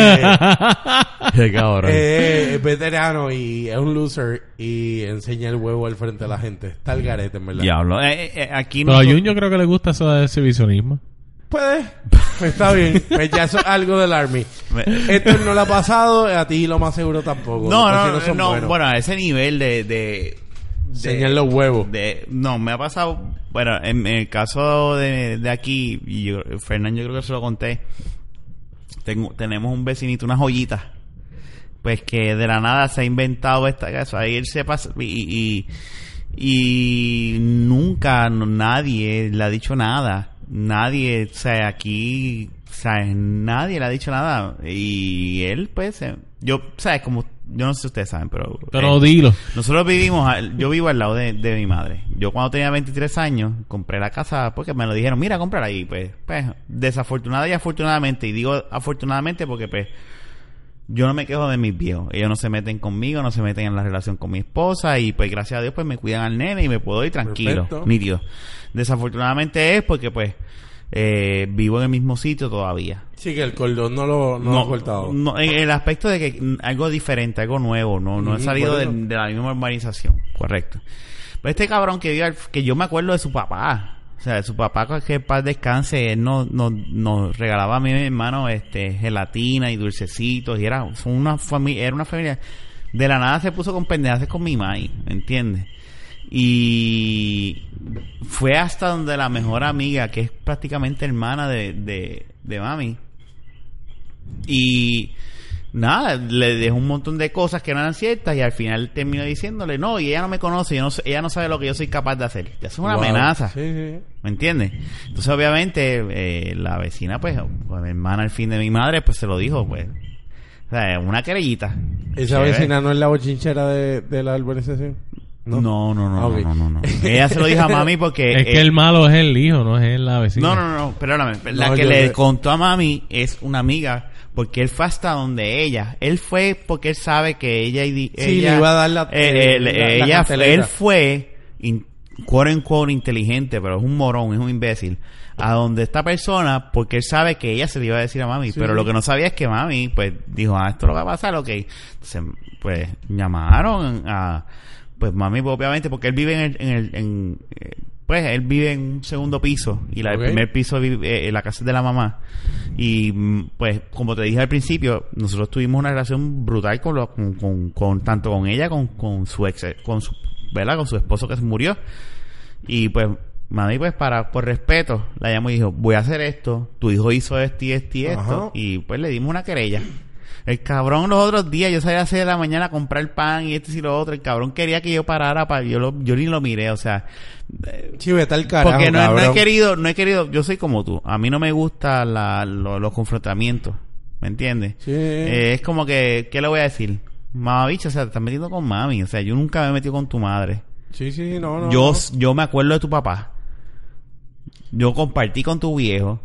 Speaker 1: Qué cabrón.
Speaker 3: eh, es veterano y es un loser y enseña el huevo al frente de la gente. Está el garete, en verdad.
Speaker 1: Diablo. Eh, eh, eh, aquí
Speaker 2: Pero a
Speaker 1: nosotros-
Speaker 2: Jun yo creo que le gusta eso de exhibicionismo.
Speaker 3: Puede. Pues está bien. Pues ya eso es algo del Army.
Speaker 1: Me-
Speaker 3: Esto no lo ha pasado, a ti lo más seguro tampoco.
Speaker 1: No,
Speaker 3: Los
Speaker 1: no,
Speaker 3: vecinos
Speaker 1: no,
Speaker 3: son
Speaker 1: no,
Speaker 3: buenos.
Speaker 1: bueno, a ese nivel de... de, de-
Speaker 3: Enseñan los huevos.
Speaker 1: de- no, me ha pasado... Bueno, en, en el caso de, de aquí, y yo, Fernán, yo creo que se lo conté. Tengo, tenemos un vecinito, una joyita. Pues que de la nada se ha inventado esta casa. Ahí él se pasa... Y, y, y nunca no- nadie le ha dicho nada. Nadie, o sea, aquí... O sea, nadie le ha dicho nada. Y él, pues... eh, Yo, o sea, como... Yo no sé si ustedes saben, pero...
Speaker 2: Pero
Speaker 1: eh,
Speaker 2: dilo.
Speaker 1: nosotros vivimos, al- yo vivo al lado de, de mi madre. Yo cuando tenía 23 años, compré la casa porque me lo dijeron, mira, cómprala ahí. Pues, pues, desafortunada y afortunadamente, y digo afortunadamente porque, pues, yo no me quejo de mis viejos. Ellos no se meten conmigo, no se meten en la relación con mi esposa y, pues, gracias a Dios, pues, me cuidan al nene y me puedo ir tranquilo,
Speaker 3: Perfecto.
Speaker 1: nítido. Desafortunadamente es porque, pues, eh, vivo en el mismo sitio todavía.
Speaker 3: Sí, que el cordón no lo, no lo ha cortado.
Speaker 1: No, en el aspecto de que mm, algo diferente, algo nuevo, no, no he
Speaker 3: Ujú,
Speaker 1: salido de,
Speaker 3: por eso.
Speaker 1: de la misma urbanización, correcto. Pero este cabrón que vive al- que yo me acuerdo de su papá, o sea, de su papá con que paz descanse, él no- no- nos regalaba a mí y a mi hermano este gelatina y dulcecitos y era son una familia, era una familia de la nada se puso con pendejaces con mi mãe, ¿entiendes? Y fue hasta donde la mejor amiga, que es prácticamente hermana de, de, de mami, y nada, le dejó un montón de cosas que no eran ciertas y al final terminó diciéndole, no, y ella no me conoce, yo no, sé- ella no sabe lo que yo soy capaz de hacer. Ya es una
Speaker 3: Wow.
Speaker 1: amenaza.
Speaker 3: Sí, sí.
Speaker 1: ¿Me entiendes? Entonces, obviamente, eh, la vecina, pues, o mi hermana, al fin de mi madre, pues se lo dijo, pues. O sea, una querellita.
Speaker 3: Esa
Speaker 1: Chévere.
Speaker 3: vecina no es la bochinchera de, de la urbanización.
Speaker 1: No, no, no, no,
Speaker 3: Ah, ok.
Speaker 1: no, no, no. Ella se lo dijo a mami porque...
Speaker 2: es que
Speaker 1: eh,
Speaker 2: el malo es el hijo, no es la
Speaker 1: No,
Speaker 2: vecina.
Speaker 1: no, no, perdóname. La
Speaker 3: No,
Speaker 1: que
Speaker 3: yo
Speaker 1: le
Speaker 3: le-
Speaker 1: contó a mami es una amiga, porque él fue hasta donde ella. Él fue porque él sabe que ella y di-
Speaker 3: Sí,
Speaker 1: ella,
Speaker 3: le iba a dar la-
Speaker 1: eh, eh, le-
Speaker 3: la- la
Speaker 1: ella-
Speaker 3: cartelera.
Speaker 1: él fue in- quote unquote, inteligente, pero es un morón, es un imbécil. A donde esta persona, porque él sabe que ella se le iba a decir a mami,
Speaker 3: Sí.
Speaker 1: pero lo que no sabía es que mami, pues, dijo, ah, esto lo va a pasar, ok. Entonces, pues, llamaron a, Pues mami, pues, obviamente, porque él vive en el... En el en, eh, pues él vive en un segundo piso y la,
Speaker 3: Ok.
Speaker 1: el primer piso vive eh, en la casa de la mamá. Y mm, pues como te dije al principio, nosotros tuvimos una relación brutal con, lo- con, con- con- tanto con ella, con, con su ex, eh, con su, ¿verdad? Con su esposo que se murió. Y pues, mami, pues para, por respeto, la llamó y dijo, voy a hacer esto, tu hijo hizo esto y esto y esto.
Speaker 3: Ajá.
Speaker 1: Y pues le dimos una querella. El cabrón los otros días, yo salí a las 6 de la mañana a comprar pan y esto y lo otro. El cabrón quería que yo parara para yo, lo- yo ni lo miré, o sea,
Speaker 3: Sí, vete al carajo,
Speaker 1: porque no, no
Speaker 3: cabrón.
Speaker 1: he querido, no he querido, yo soy como tú, a mí no me gustan la- lo- los confrontamientos, ¿me entiendes?
Speaker 3: Sí.
Speaker 1: Eh, es como que, ¿qué le voy a decir? Mamá bicho, o sea, te estás metiendo con mami, o sea, yo nunca me he metido con tu madre.
Speaker 3: Sí, sí, no, no.
Speaker 1: Yo,
Speaker 3: no.
Speaker 1: yo me acuerdo de tu papá. Yo compartí con tu viejo.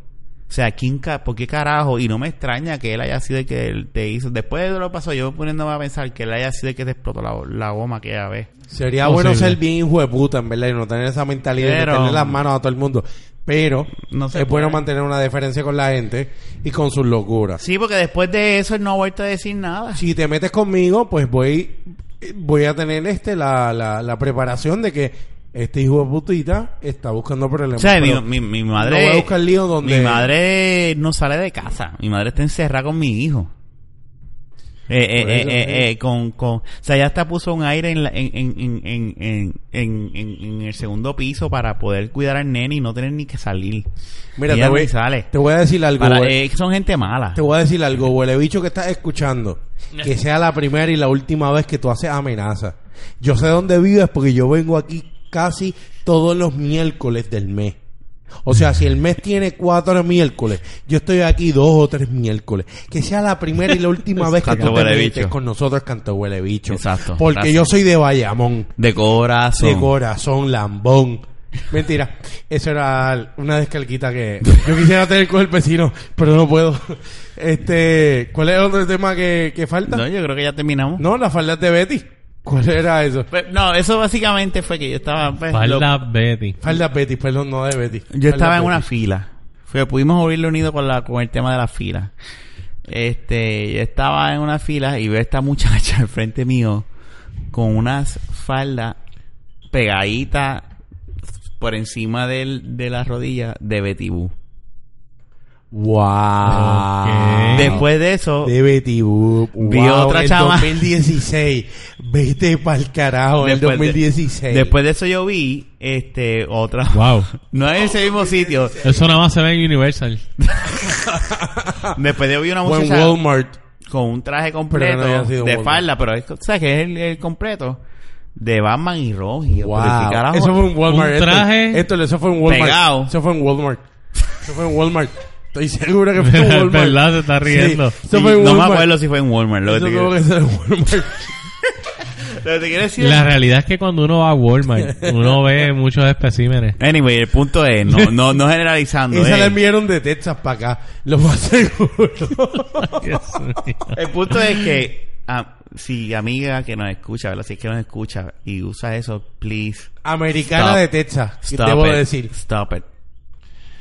Speaker 1: O sea, ¿quién ca- ¿por qué carajo? Y no me extraña que él haya sido el que él te hizo. Después de lo que pasó, yo poniéndome a pensar que él haya sido el que te explotó la, la goma que ya ves.
Speaker 3: Sería
Speaker 2: Posible.
Speaker 3: bueno ser bien hijo de puta, en verdad, y no tener esa mentalidad
Speaker 1: Pero-
Speaker 3: de meterle las manos a todo el mundo. Pero
Speaker 1: No se
Speaker 3: es bueno
Speaker 1: puede.
Speaker 3: mantener una diferencia con la gente y con sus locuras.
Speaker 1: Sí, porque después de eso él no ha vuelto a decir nada.
Speaker 3: Si te metes conmigo, pues voy voy a tener este la, la, la preparación de que este hijo de putita está buscando
Speaker 1: O
Speaker 3: problemas.
Speaker 1: sea, mi,
Speaker 3: Pero
Speaker 1: mi- mi madre.
Speaker 3: no voy a buscar lío donde-
Speaker 1: Mi madre no sale de casa. Mi madre está encerrada con mi hijo. Eh, eh,
Speaker 3: Por
Speaker 1: eh,
Speaker 3: eso,
Speaker 1: eh,
Speaker 3: eh.
Speaker 1: eh, con, con, o sea, ya hasta puso un aire en, la- en, en, en, en, en, en- en- en el segundo piso para poder cuidar al nene y no tener ni que salir.
Speaker 3: Mira,
Speaker 1: Ella
Speaker 3: te voy,
Speaker 1: ni sale.
Speaker 3: te voy a decir algo.
Speaker 1: Para-
Speaker 3: güey.
Speaker 1: eh, son gente mala.
Speaker 3: Te voy a decir algo, huele bicho que estás escuchando. Que sea la primera y la última vez que tú haces amenaza. Yo sé dónde vives porque yo vengo aquí casi todos los miércoles del mes. O sea, si el mes tiene cuatro miércoles, yo estoy aquí dos o tres miércoles. Que sea la primera y la última vez que
Speaker 1: Canto
Speaker 3: tú te
Speaker 1: huele
Speaker 3: metes
Speaker 1: bicho.
Speaker 3: con nosotros, canto huele bicho.
Speaker 1: Exacto,
Speaker 3: Porque
Speaker 1: gracias.
Speaker 3: yo soy de Bayamón.
Speaker 1: De corazón.
Speaker 3: De corazón, lambón. Mentira. Eso era una descalquita que yo quisiera tener con el vecino, pero no puedo. Este, ¿cuál es el otro tema que, que falta?
Speaker 1: no,
Speaker 3: No,
Speaker 1: yo creo que ya terminamos.
Speaker 3: la falda de Betty. ¿Cuál era eso?
Speaker 1: Pues, no, eso básicamente fue que yo estaba. pues, lo-
Speaker 2: Falda Betty.
Speaker 3: Falda Betty, perdón, no de Betty.
Speaker 1: Yo estaba
Speaker 3: Falda
Speaker 1: en una
Speaker 3: Betty.
Speaker 1: fila. Fue- pudimos oírlo unido con, la, con el tema de la fila. Este, yo estaba en una fila y veo a esta muchacha al frente mío con unas faldas pegaditas por encima del, de la rodilla de Betty Boo.
Speaker 3: Wow.
Speaker 2: Ok.
Speaker 1: Después de eso,
Speaker 3: Ah. de Betty uh, Boop.
Speaker 1: Vi
Speaker 3: Wow,
Speaker 1: otra
Speaker 3: el
Speaker 1: chama.
Speaker 3: 2016. Vete pa'l carajo, el
Speaker 1: después de-
Speaker 3: 2016.
Speaker 1: después de eso yo vi este otra.
Speaker 2: Wow.
Speaker 1: No en ese mismo sitio.
Speaker 2: Eso nada más se ve en Universal.
Speaker 1: Después de vi una
Speaker 3: O en
Speaker 1: muchacha
Speaker 3: Walmart.
Speaker 1: con un traje completo
Speaker 3: Pero no había sido
Speaker 1: de
Speaker 3: Wolverine.
Speaker 1: falda, pero es, ¿sabes que es el, el completo? De Batman y Robin. Y yo,
Speaker 3: Wow.
Speaker 1: pero ¿qué carajo?
Speaker 3: Eso fue en Walmart.
Speaker 2: Un
Speaker 3: Héctor.
Speaker 2: traje
Speaker 3: Héctor, eso fue en Walmart.
Speaker 1: pegado.
Speaker 3: Eso fue en Walmart. Eso fue en Walmart. Estoy seguro que fue en Walmart.
Speaker 2: ¿Verdad? Se está riendo.
Speaker 3: Sí, eso fue en
Speaker 1: no me
Speaker 3: Walmart.
Speaker 1: acuerdo si fue en Walmart. Lo que,
Speaker 3: Eso
Speaker 1: te
Speaker 3: tuvo
Speaker 1: quiero,
Speaker 3: que ser en Walmart.
Speaker 1: lo que te quiero decir
Speaker 2: La realidad es que cuando uno va a Walmart, uno ve muchos especímenes.
Speaker 1: es- Anyway, el punto es, no, no, no generalizando.
Speaker 3: Esa
Speaker 1: eh.
Speaker 3: la enviaron de Texas para acá. Lo más seguro.
Speaker 2: Dios mío.
Speaker 1: El punto es que, ah, si amiga que nos escucha, ¿verdad? si es que nos escucha y usa eso, please.
Speaker 3: Americana
Speaker 1: Stop.
Speaker 3: de Texas. ¿Qué
Speaker 1: Stop
Speaker 3: debo
Speaker 1: it.
Speaker 3: decir?
Speaker 1: Stop it.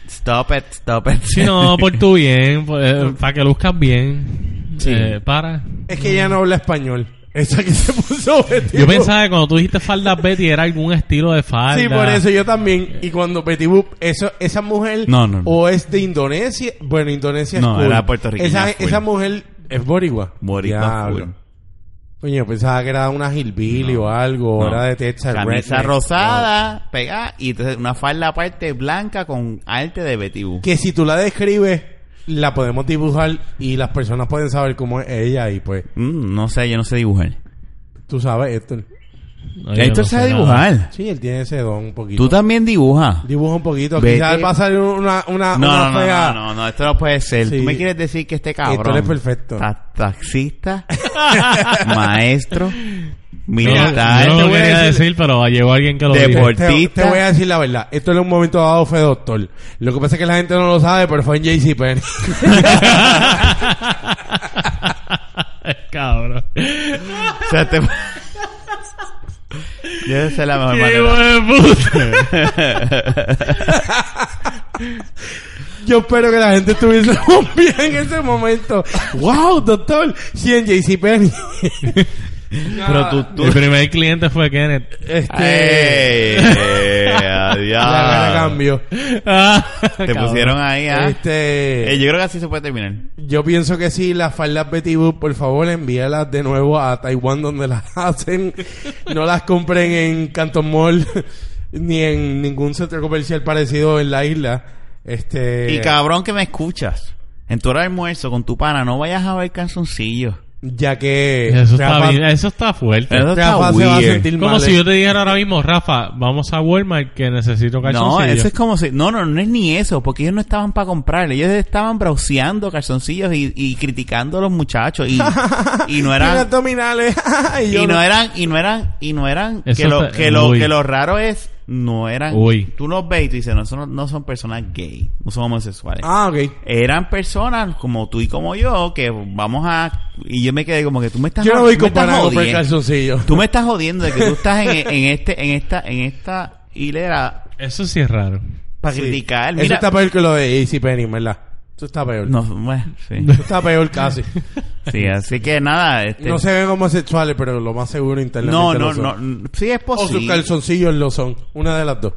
Speaker 1: Stop it, stop it.
Speaker 2: Si no,
Speaker 3: pues,
Speaker 2: por tu bien, para que luzcas bien.
Speaker 1: Sí.
Speaker 2: Eh, para.
Speaker 3: Es que ella no habla español. Esa que se puso Betty
Speaker 2: Yo
Speaker 3: Boop.
Speaker 2: pensaba que cuando tú dijiste falda Betty era algún estilo de
Speaker 1: Ah,
Speaker 2: falda.
Speaker 3: Sí, por eso yo también. Y cuando Betty Boop, eso, esa mujer
Speaker 1: No, no, no.
Speaker 3: o es de Indonesia, bueno, Indonesia es
Speaker 1: No,
Speaker 3: cool.
Speaker 1: era puertorriqueña,
Speaker 3: Esa,
Speaker 1: full.
Speaker 3: esa mujer es boricua.
Speaker 1: Boricua
Speaker 3: Diablo.
Speaker 1: full.
Speaker 3: Coño, pensaba que era una hillbilly o algo,
Speaker 1: No.
Speaker 3: era de Texas.
Speaker 1: Camisa
Speaker 3: redneck.
Speaker 1: rosada, pegada, y entonces una falda aparte blanca con arte de Betty Boo.
Speaker 3: Que si tú la describes, la podemos dibujar y las personas pueden saber cómo es ella y pues,
Speaker 1: Mm, no sé, yo no sé dibujar.
Speaker 3: tú sabes, esto.
Speaker 2: Oye, no sé nada.
Speaker 3: Sí, él tiene ese don un poquito.
Speaker 1: Tú también dibujas.
Speaker 3: Dibuja un poquito.
Speaker 1: Vete.
Speaker 3: Quizás va a salir una, una,
Speaker 1: No,
Speaker 3: Ah, una
Speaker 1: no, no,
Speaker 3: fea-
Speaker 1: no, no, no, esto no puede ser.
Speaker 3: Sí.
Speaker 1: Tú me quieres decir que este cabrón.
Speaker 3: Esto es perfecto.
Speaker 1: ta- taxista, maestro,
Speaker 2: Mira,
Speaker 1: militar, Este
Speaker 2: yo no
Speaker 3: te
Speaker 2: lo
Speaker 3: voy a
Speaker 2: quería
Speaker 3: decir-
Speaker 2: decir, pero llegó alguien que lo
Speaker 1: De
Speaker 2: dijo.
Speaker 1: por-
Speaker 3: Te- Te,
Speaker 1: Deportista.
Speaker 3: voy a decir la verdad. Esto en un momento dado fue doctor. Lo que pasa es que la gente no lo sabe, pero fue en JCPenney.
Speaker 2: Cabrón.
Speaker 1: o sea, te- Yo sé la mejor
Speaker 2: Qué
Speaker 1: manera.
Speaker 2: hijo de puta.
Speaker 3: Yo espero que la gente estuviese muy bien en ese momento. ¡Wow, doctor! Sí, en JCPenney.
Speaker 1: Pero tú, eh, tú-
Speaker 2: El primer cliente fue Kenneth.
Speaker 3: Este.
Speaker 1: ¡Ey!
Speaker 3: La cara
Speaker 1: ¡Adiós!
Speaker 3: cambió.
Speaker 1: Te pusieron ahí, ¿ah?
Speaker 3: Este.
Speaker 1: Eh, yo creo que así se puede terminar.
Speaker 3: Yo pienso que sí, las faldas Betty Boop, por favor, envíalas de nuevo a Taiwán donde las hacen. No las compren en Canton Mall ni en ningún centro comercial parecido en la isla. Este
Speaker 1: Y cabrón que me escuchas. En tu hora de almuerzo con tu pana, no vayas a ver canzoncillos.
Speaker 3: ya que
Speaker 2: Eso
Speaker 3: Rafa-
Speaker 2: está, bien, eso está fuerte.
Speaker 1: Eso está
Speaker 3: Rafa se va a
Speaker 1: weird.
Speaker 3: sentir
Speaker 2: Como
Speaker 3: mal. ¿eh?
Speaker 2: si yo te dijera ahora mismo, Rafa, vamos a Walmart que necesito
Speaker 1: No,
Speaker 2: calzoncillos.
Speaker 1: eso es como si... No, no, no es ni eso, porque ellos no estaban para comprar. Ellos estaban browseando calzoncillos y, y criticando a los muchachos. Y, y no
Speaker 3: Tiene
Speaker 1: eran...
Speaker 3: abdominales. y yo
Speaker 1: Y no eran, y no eran, y no eran,
Speaker 2: Eso
Speaker 1: que lo,
Speaker 2: está-
Speaker 1: que lo,
Speaker 2: uy.
Speaker 1: que lo raro es, no eran,
Speaker 2: Uy.
Speaker 1: tú los ves y tú dices, no, son, no son personas gay, no son homosexuales.
Speaker 3: Ah, ok.
Speaker 1: Eran personas como tú y como yo, que vamos a, y yo me quedé como que tú me estás,
Speaker 3: Yo no voy
Speaker 1: tú me estás
Speaker 3: comparado con comprar
Speaker 1: jodiendo.
Speaker 3: calzoncillos.
Speaker 1: Tú me estás jodiendo de que tú estás en, en este, en esta, en esta hilera
Speaker 2: Eso sí es raro.
Speaker 1: para
Speaker 3: Sí.
Speaker 1: criticar.
Speaker 3: Eso
Speaker 1: Mira,
Speaker 3: está peor que lo de Easy Penny, ¿verdad? Eso está peor.
Speaker 1: no, bueno, sí.
Speaker 3: Eso está peor casi.
Speaker 1: Sí, así que nada, este,
Speaker 3: No se ven homosexuales, pero lo más seguro internamente
Speaker 1: no,
Speaker 3: lo
Speaker 1: no,
Speaker 3: son.
Speaker 1: no, n- sí es
Speaker 3: O sus
Speaker 1: posible.
Speaker 3: calzoncillos lo son. Una de las dos.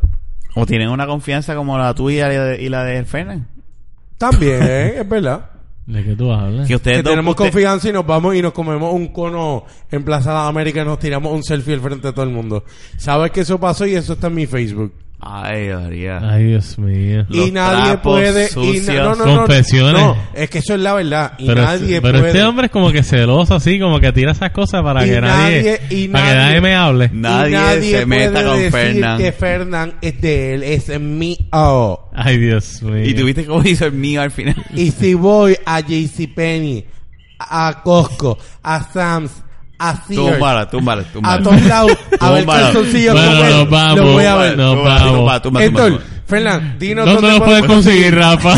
Speaker 1: O tienen una confianza como la tuya y la de- y la de Fernández.
Speaker 3: También, es verdad.
Speaker 2: ¿De qué tú hablas?
Speaker 1: Que ustedes
Speaker 3: Que
Speaker 1: dos-
Speaker 3: tenemos
Speaker 1: usted-
Speaker 3: confianza y nos vamos y nos comemos un cono en Plaza de América y nos tiramos un selfie al frente de todo el mundo. Sabes que eso pasó y eso está en mi Facebook.
Speaker 1: Ay, María.
Speaker 2: Ay, Dios mío.
Speaker 1: Los
Speaker 3: y nadie
Speaker 1: trapos
Speaker 3: puede. Y
Speaker 1: sucios.
Speaker 3: na- no, no, no,
Speaker 2: Confesiones.
Speaker 3: No, es que eso es la verdad. Y
Speaker 2: Pero,
Speaker 3: nadie
Speaker 2: este, pero
Speaker 3: puede.
Speaker 2: este hombre es como que celoso así, como que tira esas cosas para
Speaker 3: Y
Speaker 2: que nadie,
Speaker 3: nadie- y
Speaker 2: para que
Speaker 3: nadie-
Speaker 2: nadie me hable.
Speaker 3: y
Speaker 1: Nadie, se meta con
Speaker 3: decir
Speaker 1: Fernan.
Speaker 3: que Fernan es de él, es mío. Oh.
Speaker 2: Ay, Dios mío.
Speaker 1: Y tuviste como hizo el mío al final.
Speaker 3: Y si voy a JCPenney, a Costco, a Sam's, a Sears,
Speaker 1: Túmbala, túmbala,
Speaker 3: a
Speaker 1: túmbala.
Speaker 3: todos lados, a ver
Speaker 1: Túmbala.
Speaker 3: calzoncillos
Speaker 2: Bueno,
Speaker 3: como él,
Speaker 2: nos vamos,
Speaker 3: los voy a ver.
Speaker 2: nos
Speaker 1: Túmbala,
Speaker 2: vamos.
Speaker 1: túmbala, túmbala,
Speaker 3: Héctor,
Speaker 1: túmbala.
Speaker 3: Fernan, dinos
Speaker 2: ¿Dónde,
Speaker 3: dónde
Speaker 2: lo puedes
Speaker 3: podemos-
Speaker 2: conseguir, Rafa?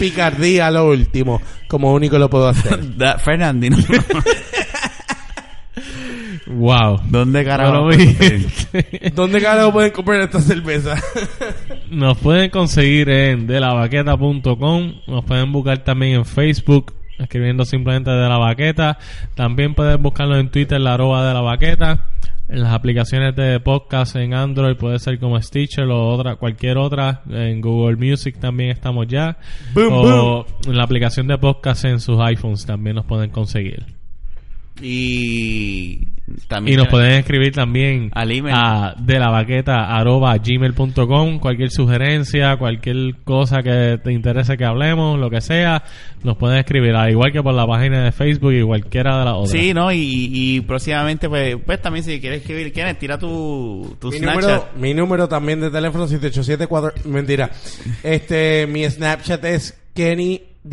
Speaker 3: Picardía, lo último. Como único lo puedo hacer.
Speaker 1: Da- Fernandino.
Speaker 2: wow.
Speaker 1: ¿Dónde carajo?
Speaker 2: Bueno, mi-
Speaker 3: ¿Dónde carajo pueden comprar esta cerveza?
Speaker 2: nos pueden conseguir en delabaqueta.com. Nos pueden buscar también en Facebook, escribiendo simplemente de la baqueta. También puedes buscarlo en Twitter, la arroba de la baqueta. En las aplicaciones de podcast en Android puede ser como Stitcher o otra, cualquier otra. En Google Music también estamos ya.
Speaker 3: Boom,
Speaker 2: o en la aplicación de podcast en sus iPhones también nos pueden conseguir.
Speaker 1: y también
Speaker 2: Y nos pueden escribir también
Speaker 1: Al email.
Speaker 2: a de la baqueta arroba gmail.com. Cualquier sugerencia, cualquier cosa que te interese que hablemos, lo que sea, nos pueden escribir. Al igual que por la página de Facebook y cualquiera de las otras.
Speaker 1: Sí, ¿no? Y, y próximamente, pues, pues también si quieres escribir, Kenneth, tira tu, tu
Speaker 3: Mi
Speaker 1: Snapchat.
Speaker 3: número, mi número también de teléfono 787 Mentira. Este, mi Snapchat es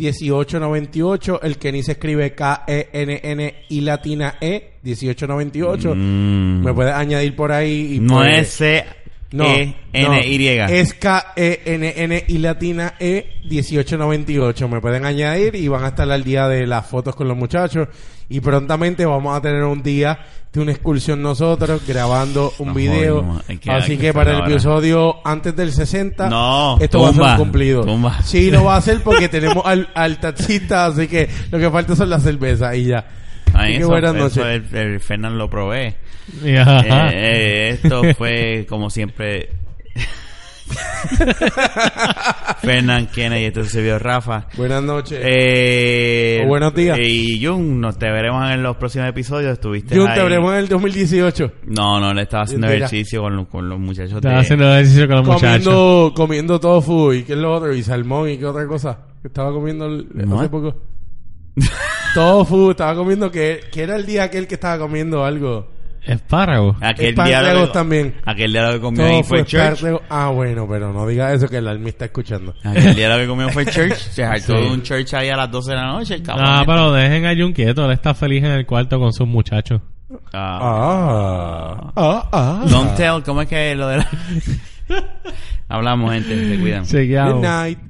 Speaker 3: Kenny1898. El Kenny se escribe E K-E-N-N y latina E 1898.
Speaker 1: Mm.
Speaker 3: Me puedes añadir por ahí. y
Speaker 1: No
Speaker 3: pues-
Speaker 1: es C,
Speaker 3: No,
Speaker 1: E, N, Y.
Speaker 3: no. Es K-E-N-N y latina E 1898. Me pueden añadir y van a estar al día de las fotos con los muchachos. Y prontamente vamos a tener un día de una excursión nosotros grabando un
Speaker 1: Nos
Speaker 3: video.
Speaker 1: jodimos. Hay que-
Speaker 3: Así
Speaker 1: hay
Speaker 3: que,
Speaker 1: que
Speaker 3: para el
Speaker 1: hacerlo ahora.
Speaker 3: episodio antes del 60,
Speaker 1: No,
Speaker 3: esto va a
Speaker 1: tumba,
Speaker 3: ser un cumplido.
Speaker 1: tumba.
Speaker 3: Sí, lo va a hacer porque tenemos al, al taxista. Así que lo que falta son las cervezas y ya.
Speaker 1: Ah,
Speaker 3: Así que
Speaker 1: eso,
Speaker 3: buenas
Speaker 1: eso
Speaker 3: noches.
Speaker 1: el, el Fernan lo probé.
Speaker 2: Y ajá.
Speaker 1: Eh, eh, esto fue como siempre. Fernán Kennedy, este se vio Rafa.
Speaker 3: Buenas noches.
Speaker 1: Eh,
Speaker 3: O buenos días.
Speaker 1: Y Jun, nos te veremos en los próximos episodios. Estuviste
Speaker 3: Jun,
Speaker 1: ahí.
Speaker 3: te veremos en el 2018.
Speaker 1: No, no, le estaba haciendo
Speaker 3: Mentira.
Speaker 1: ejercicio con, los- con los muchachos.
Speaker 2: Están
Speaker 1: de-
Speaker 2: haciendo ejercicio con los muchachos.
Speaker 3: comiendo, comiendo tofu y qué es lo otro, y salmón y qué otra cosa. que Estaba comiendo el- eh,
Speaker 1: No.
Speaker 3: hace poco. tofu, estaba comiendo que, que era el día aquel que estaba comiendo algo.
Speaker 2: Espárrago.
Speaker 1: Aquel
Speaker 3: espárragos
Speaker 1: diálogo
Speaker 3: también.
Speaker 1: Aquel diálogo que comió ahí
Speaker 3: Tofu,
Speaker 1: fue Church.
Speaker 3: espárrago. Ah, bueno, pero no digas eso que el alma está escuchando.
Speaker 1: Aquel diálogo que comió fue Church. Se hartó
Speaker 2: Sí.
Speaker 1: de un Church ahí a las 12 de la noche, el cabrón.
Speaker 2: Ah, pero dejen a Jun quieto. Él está feliz en el cuarto con sus muchachos.
Speaker 1: Ah.
Speaker 3: Ah, ah, ah.
Speaker 1: Don't tell, ¿cómo es que lo de la... Hablamos, gente, se cuidan.
Speaker 2: Seguimos.
Speaker 3: Good night.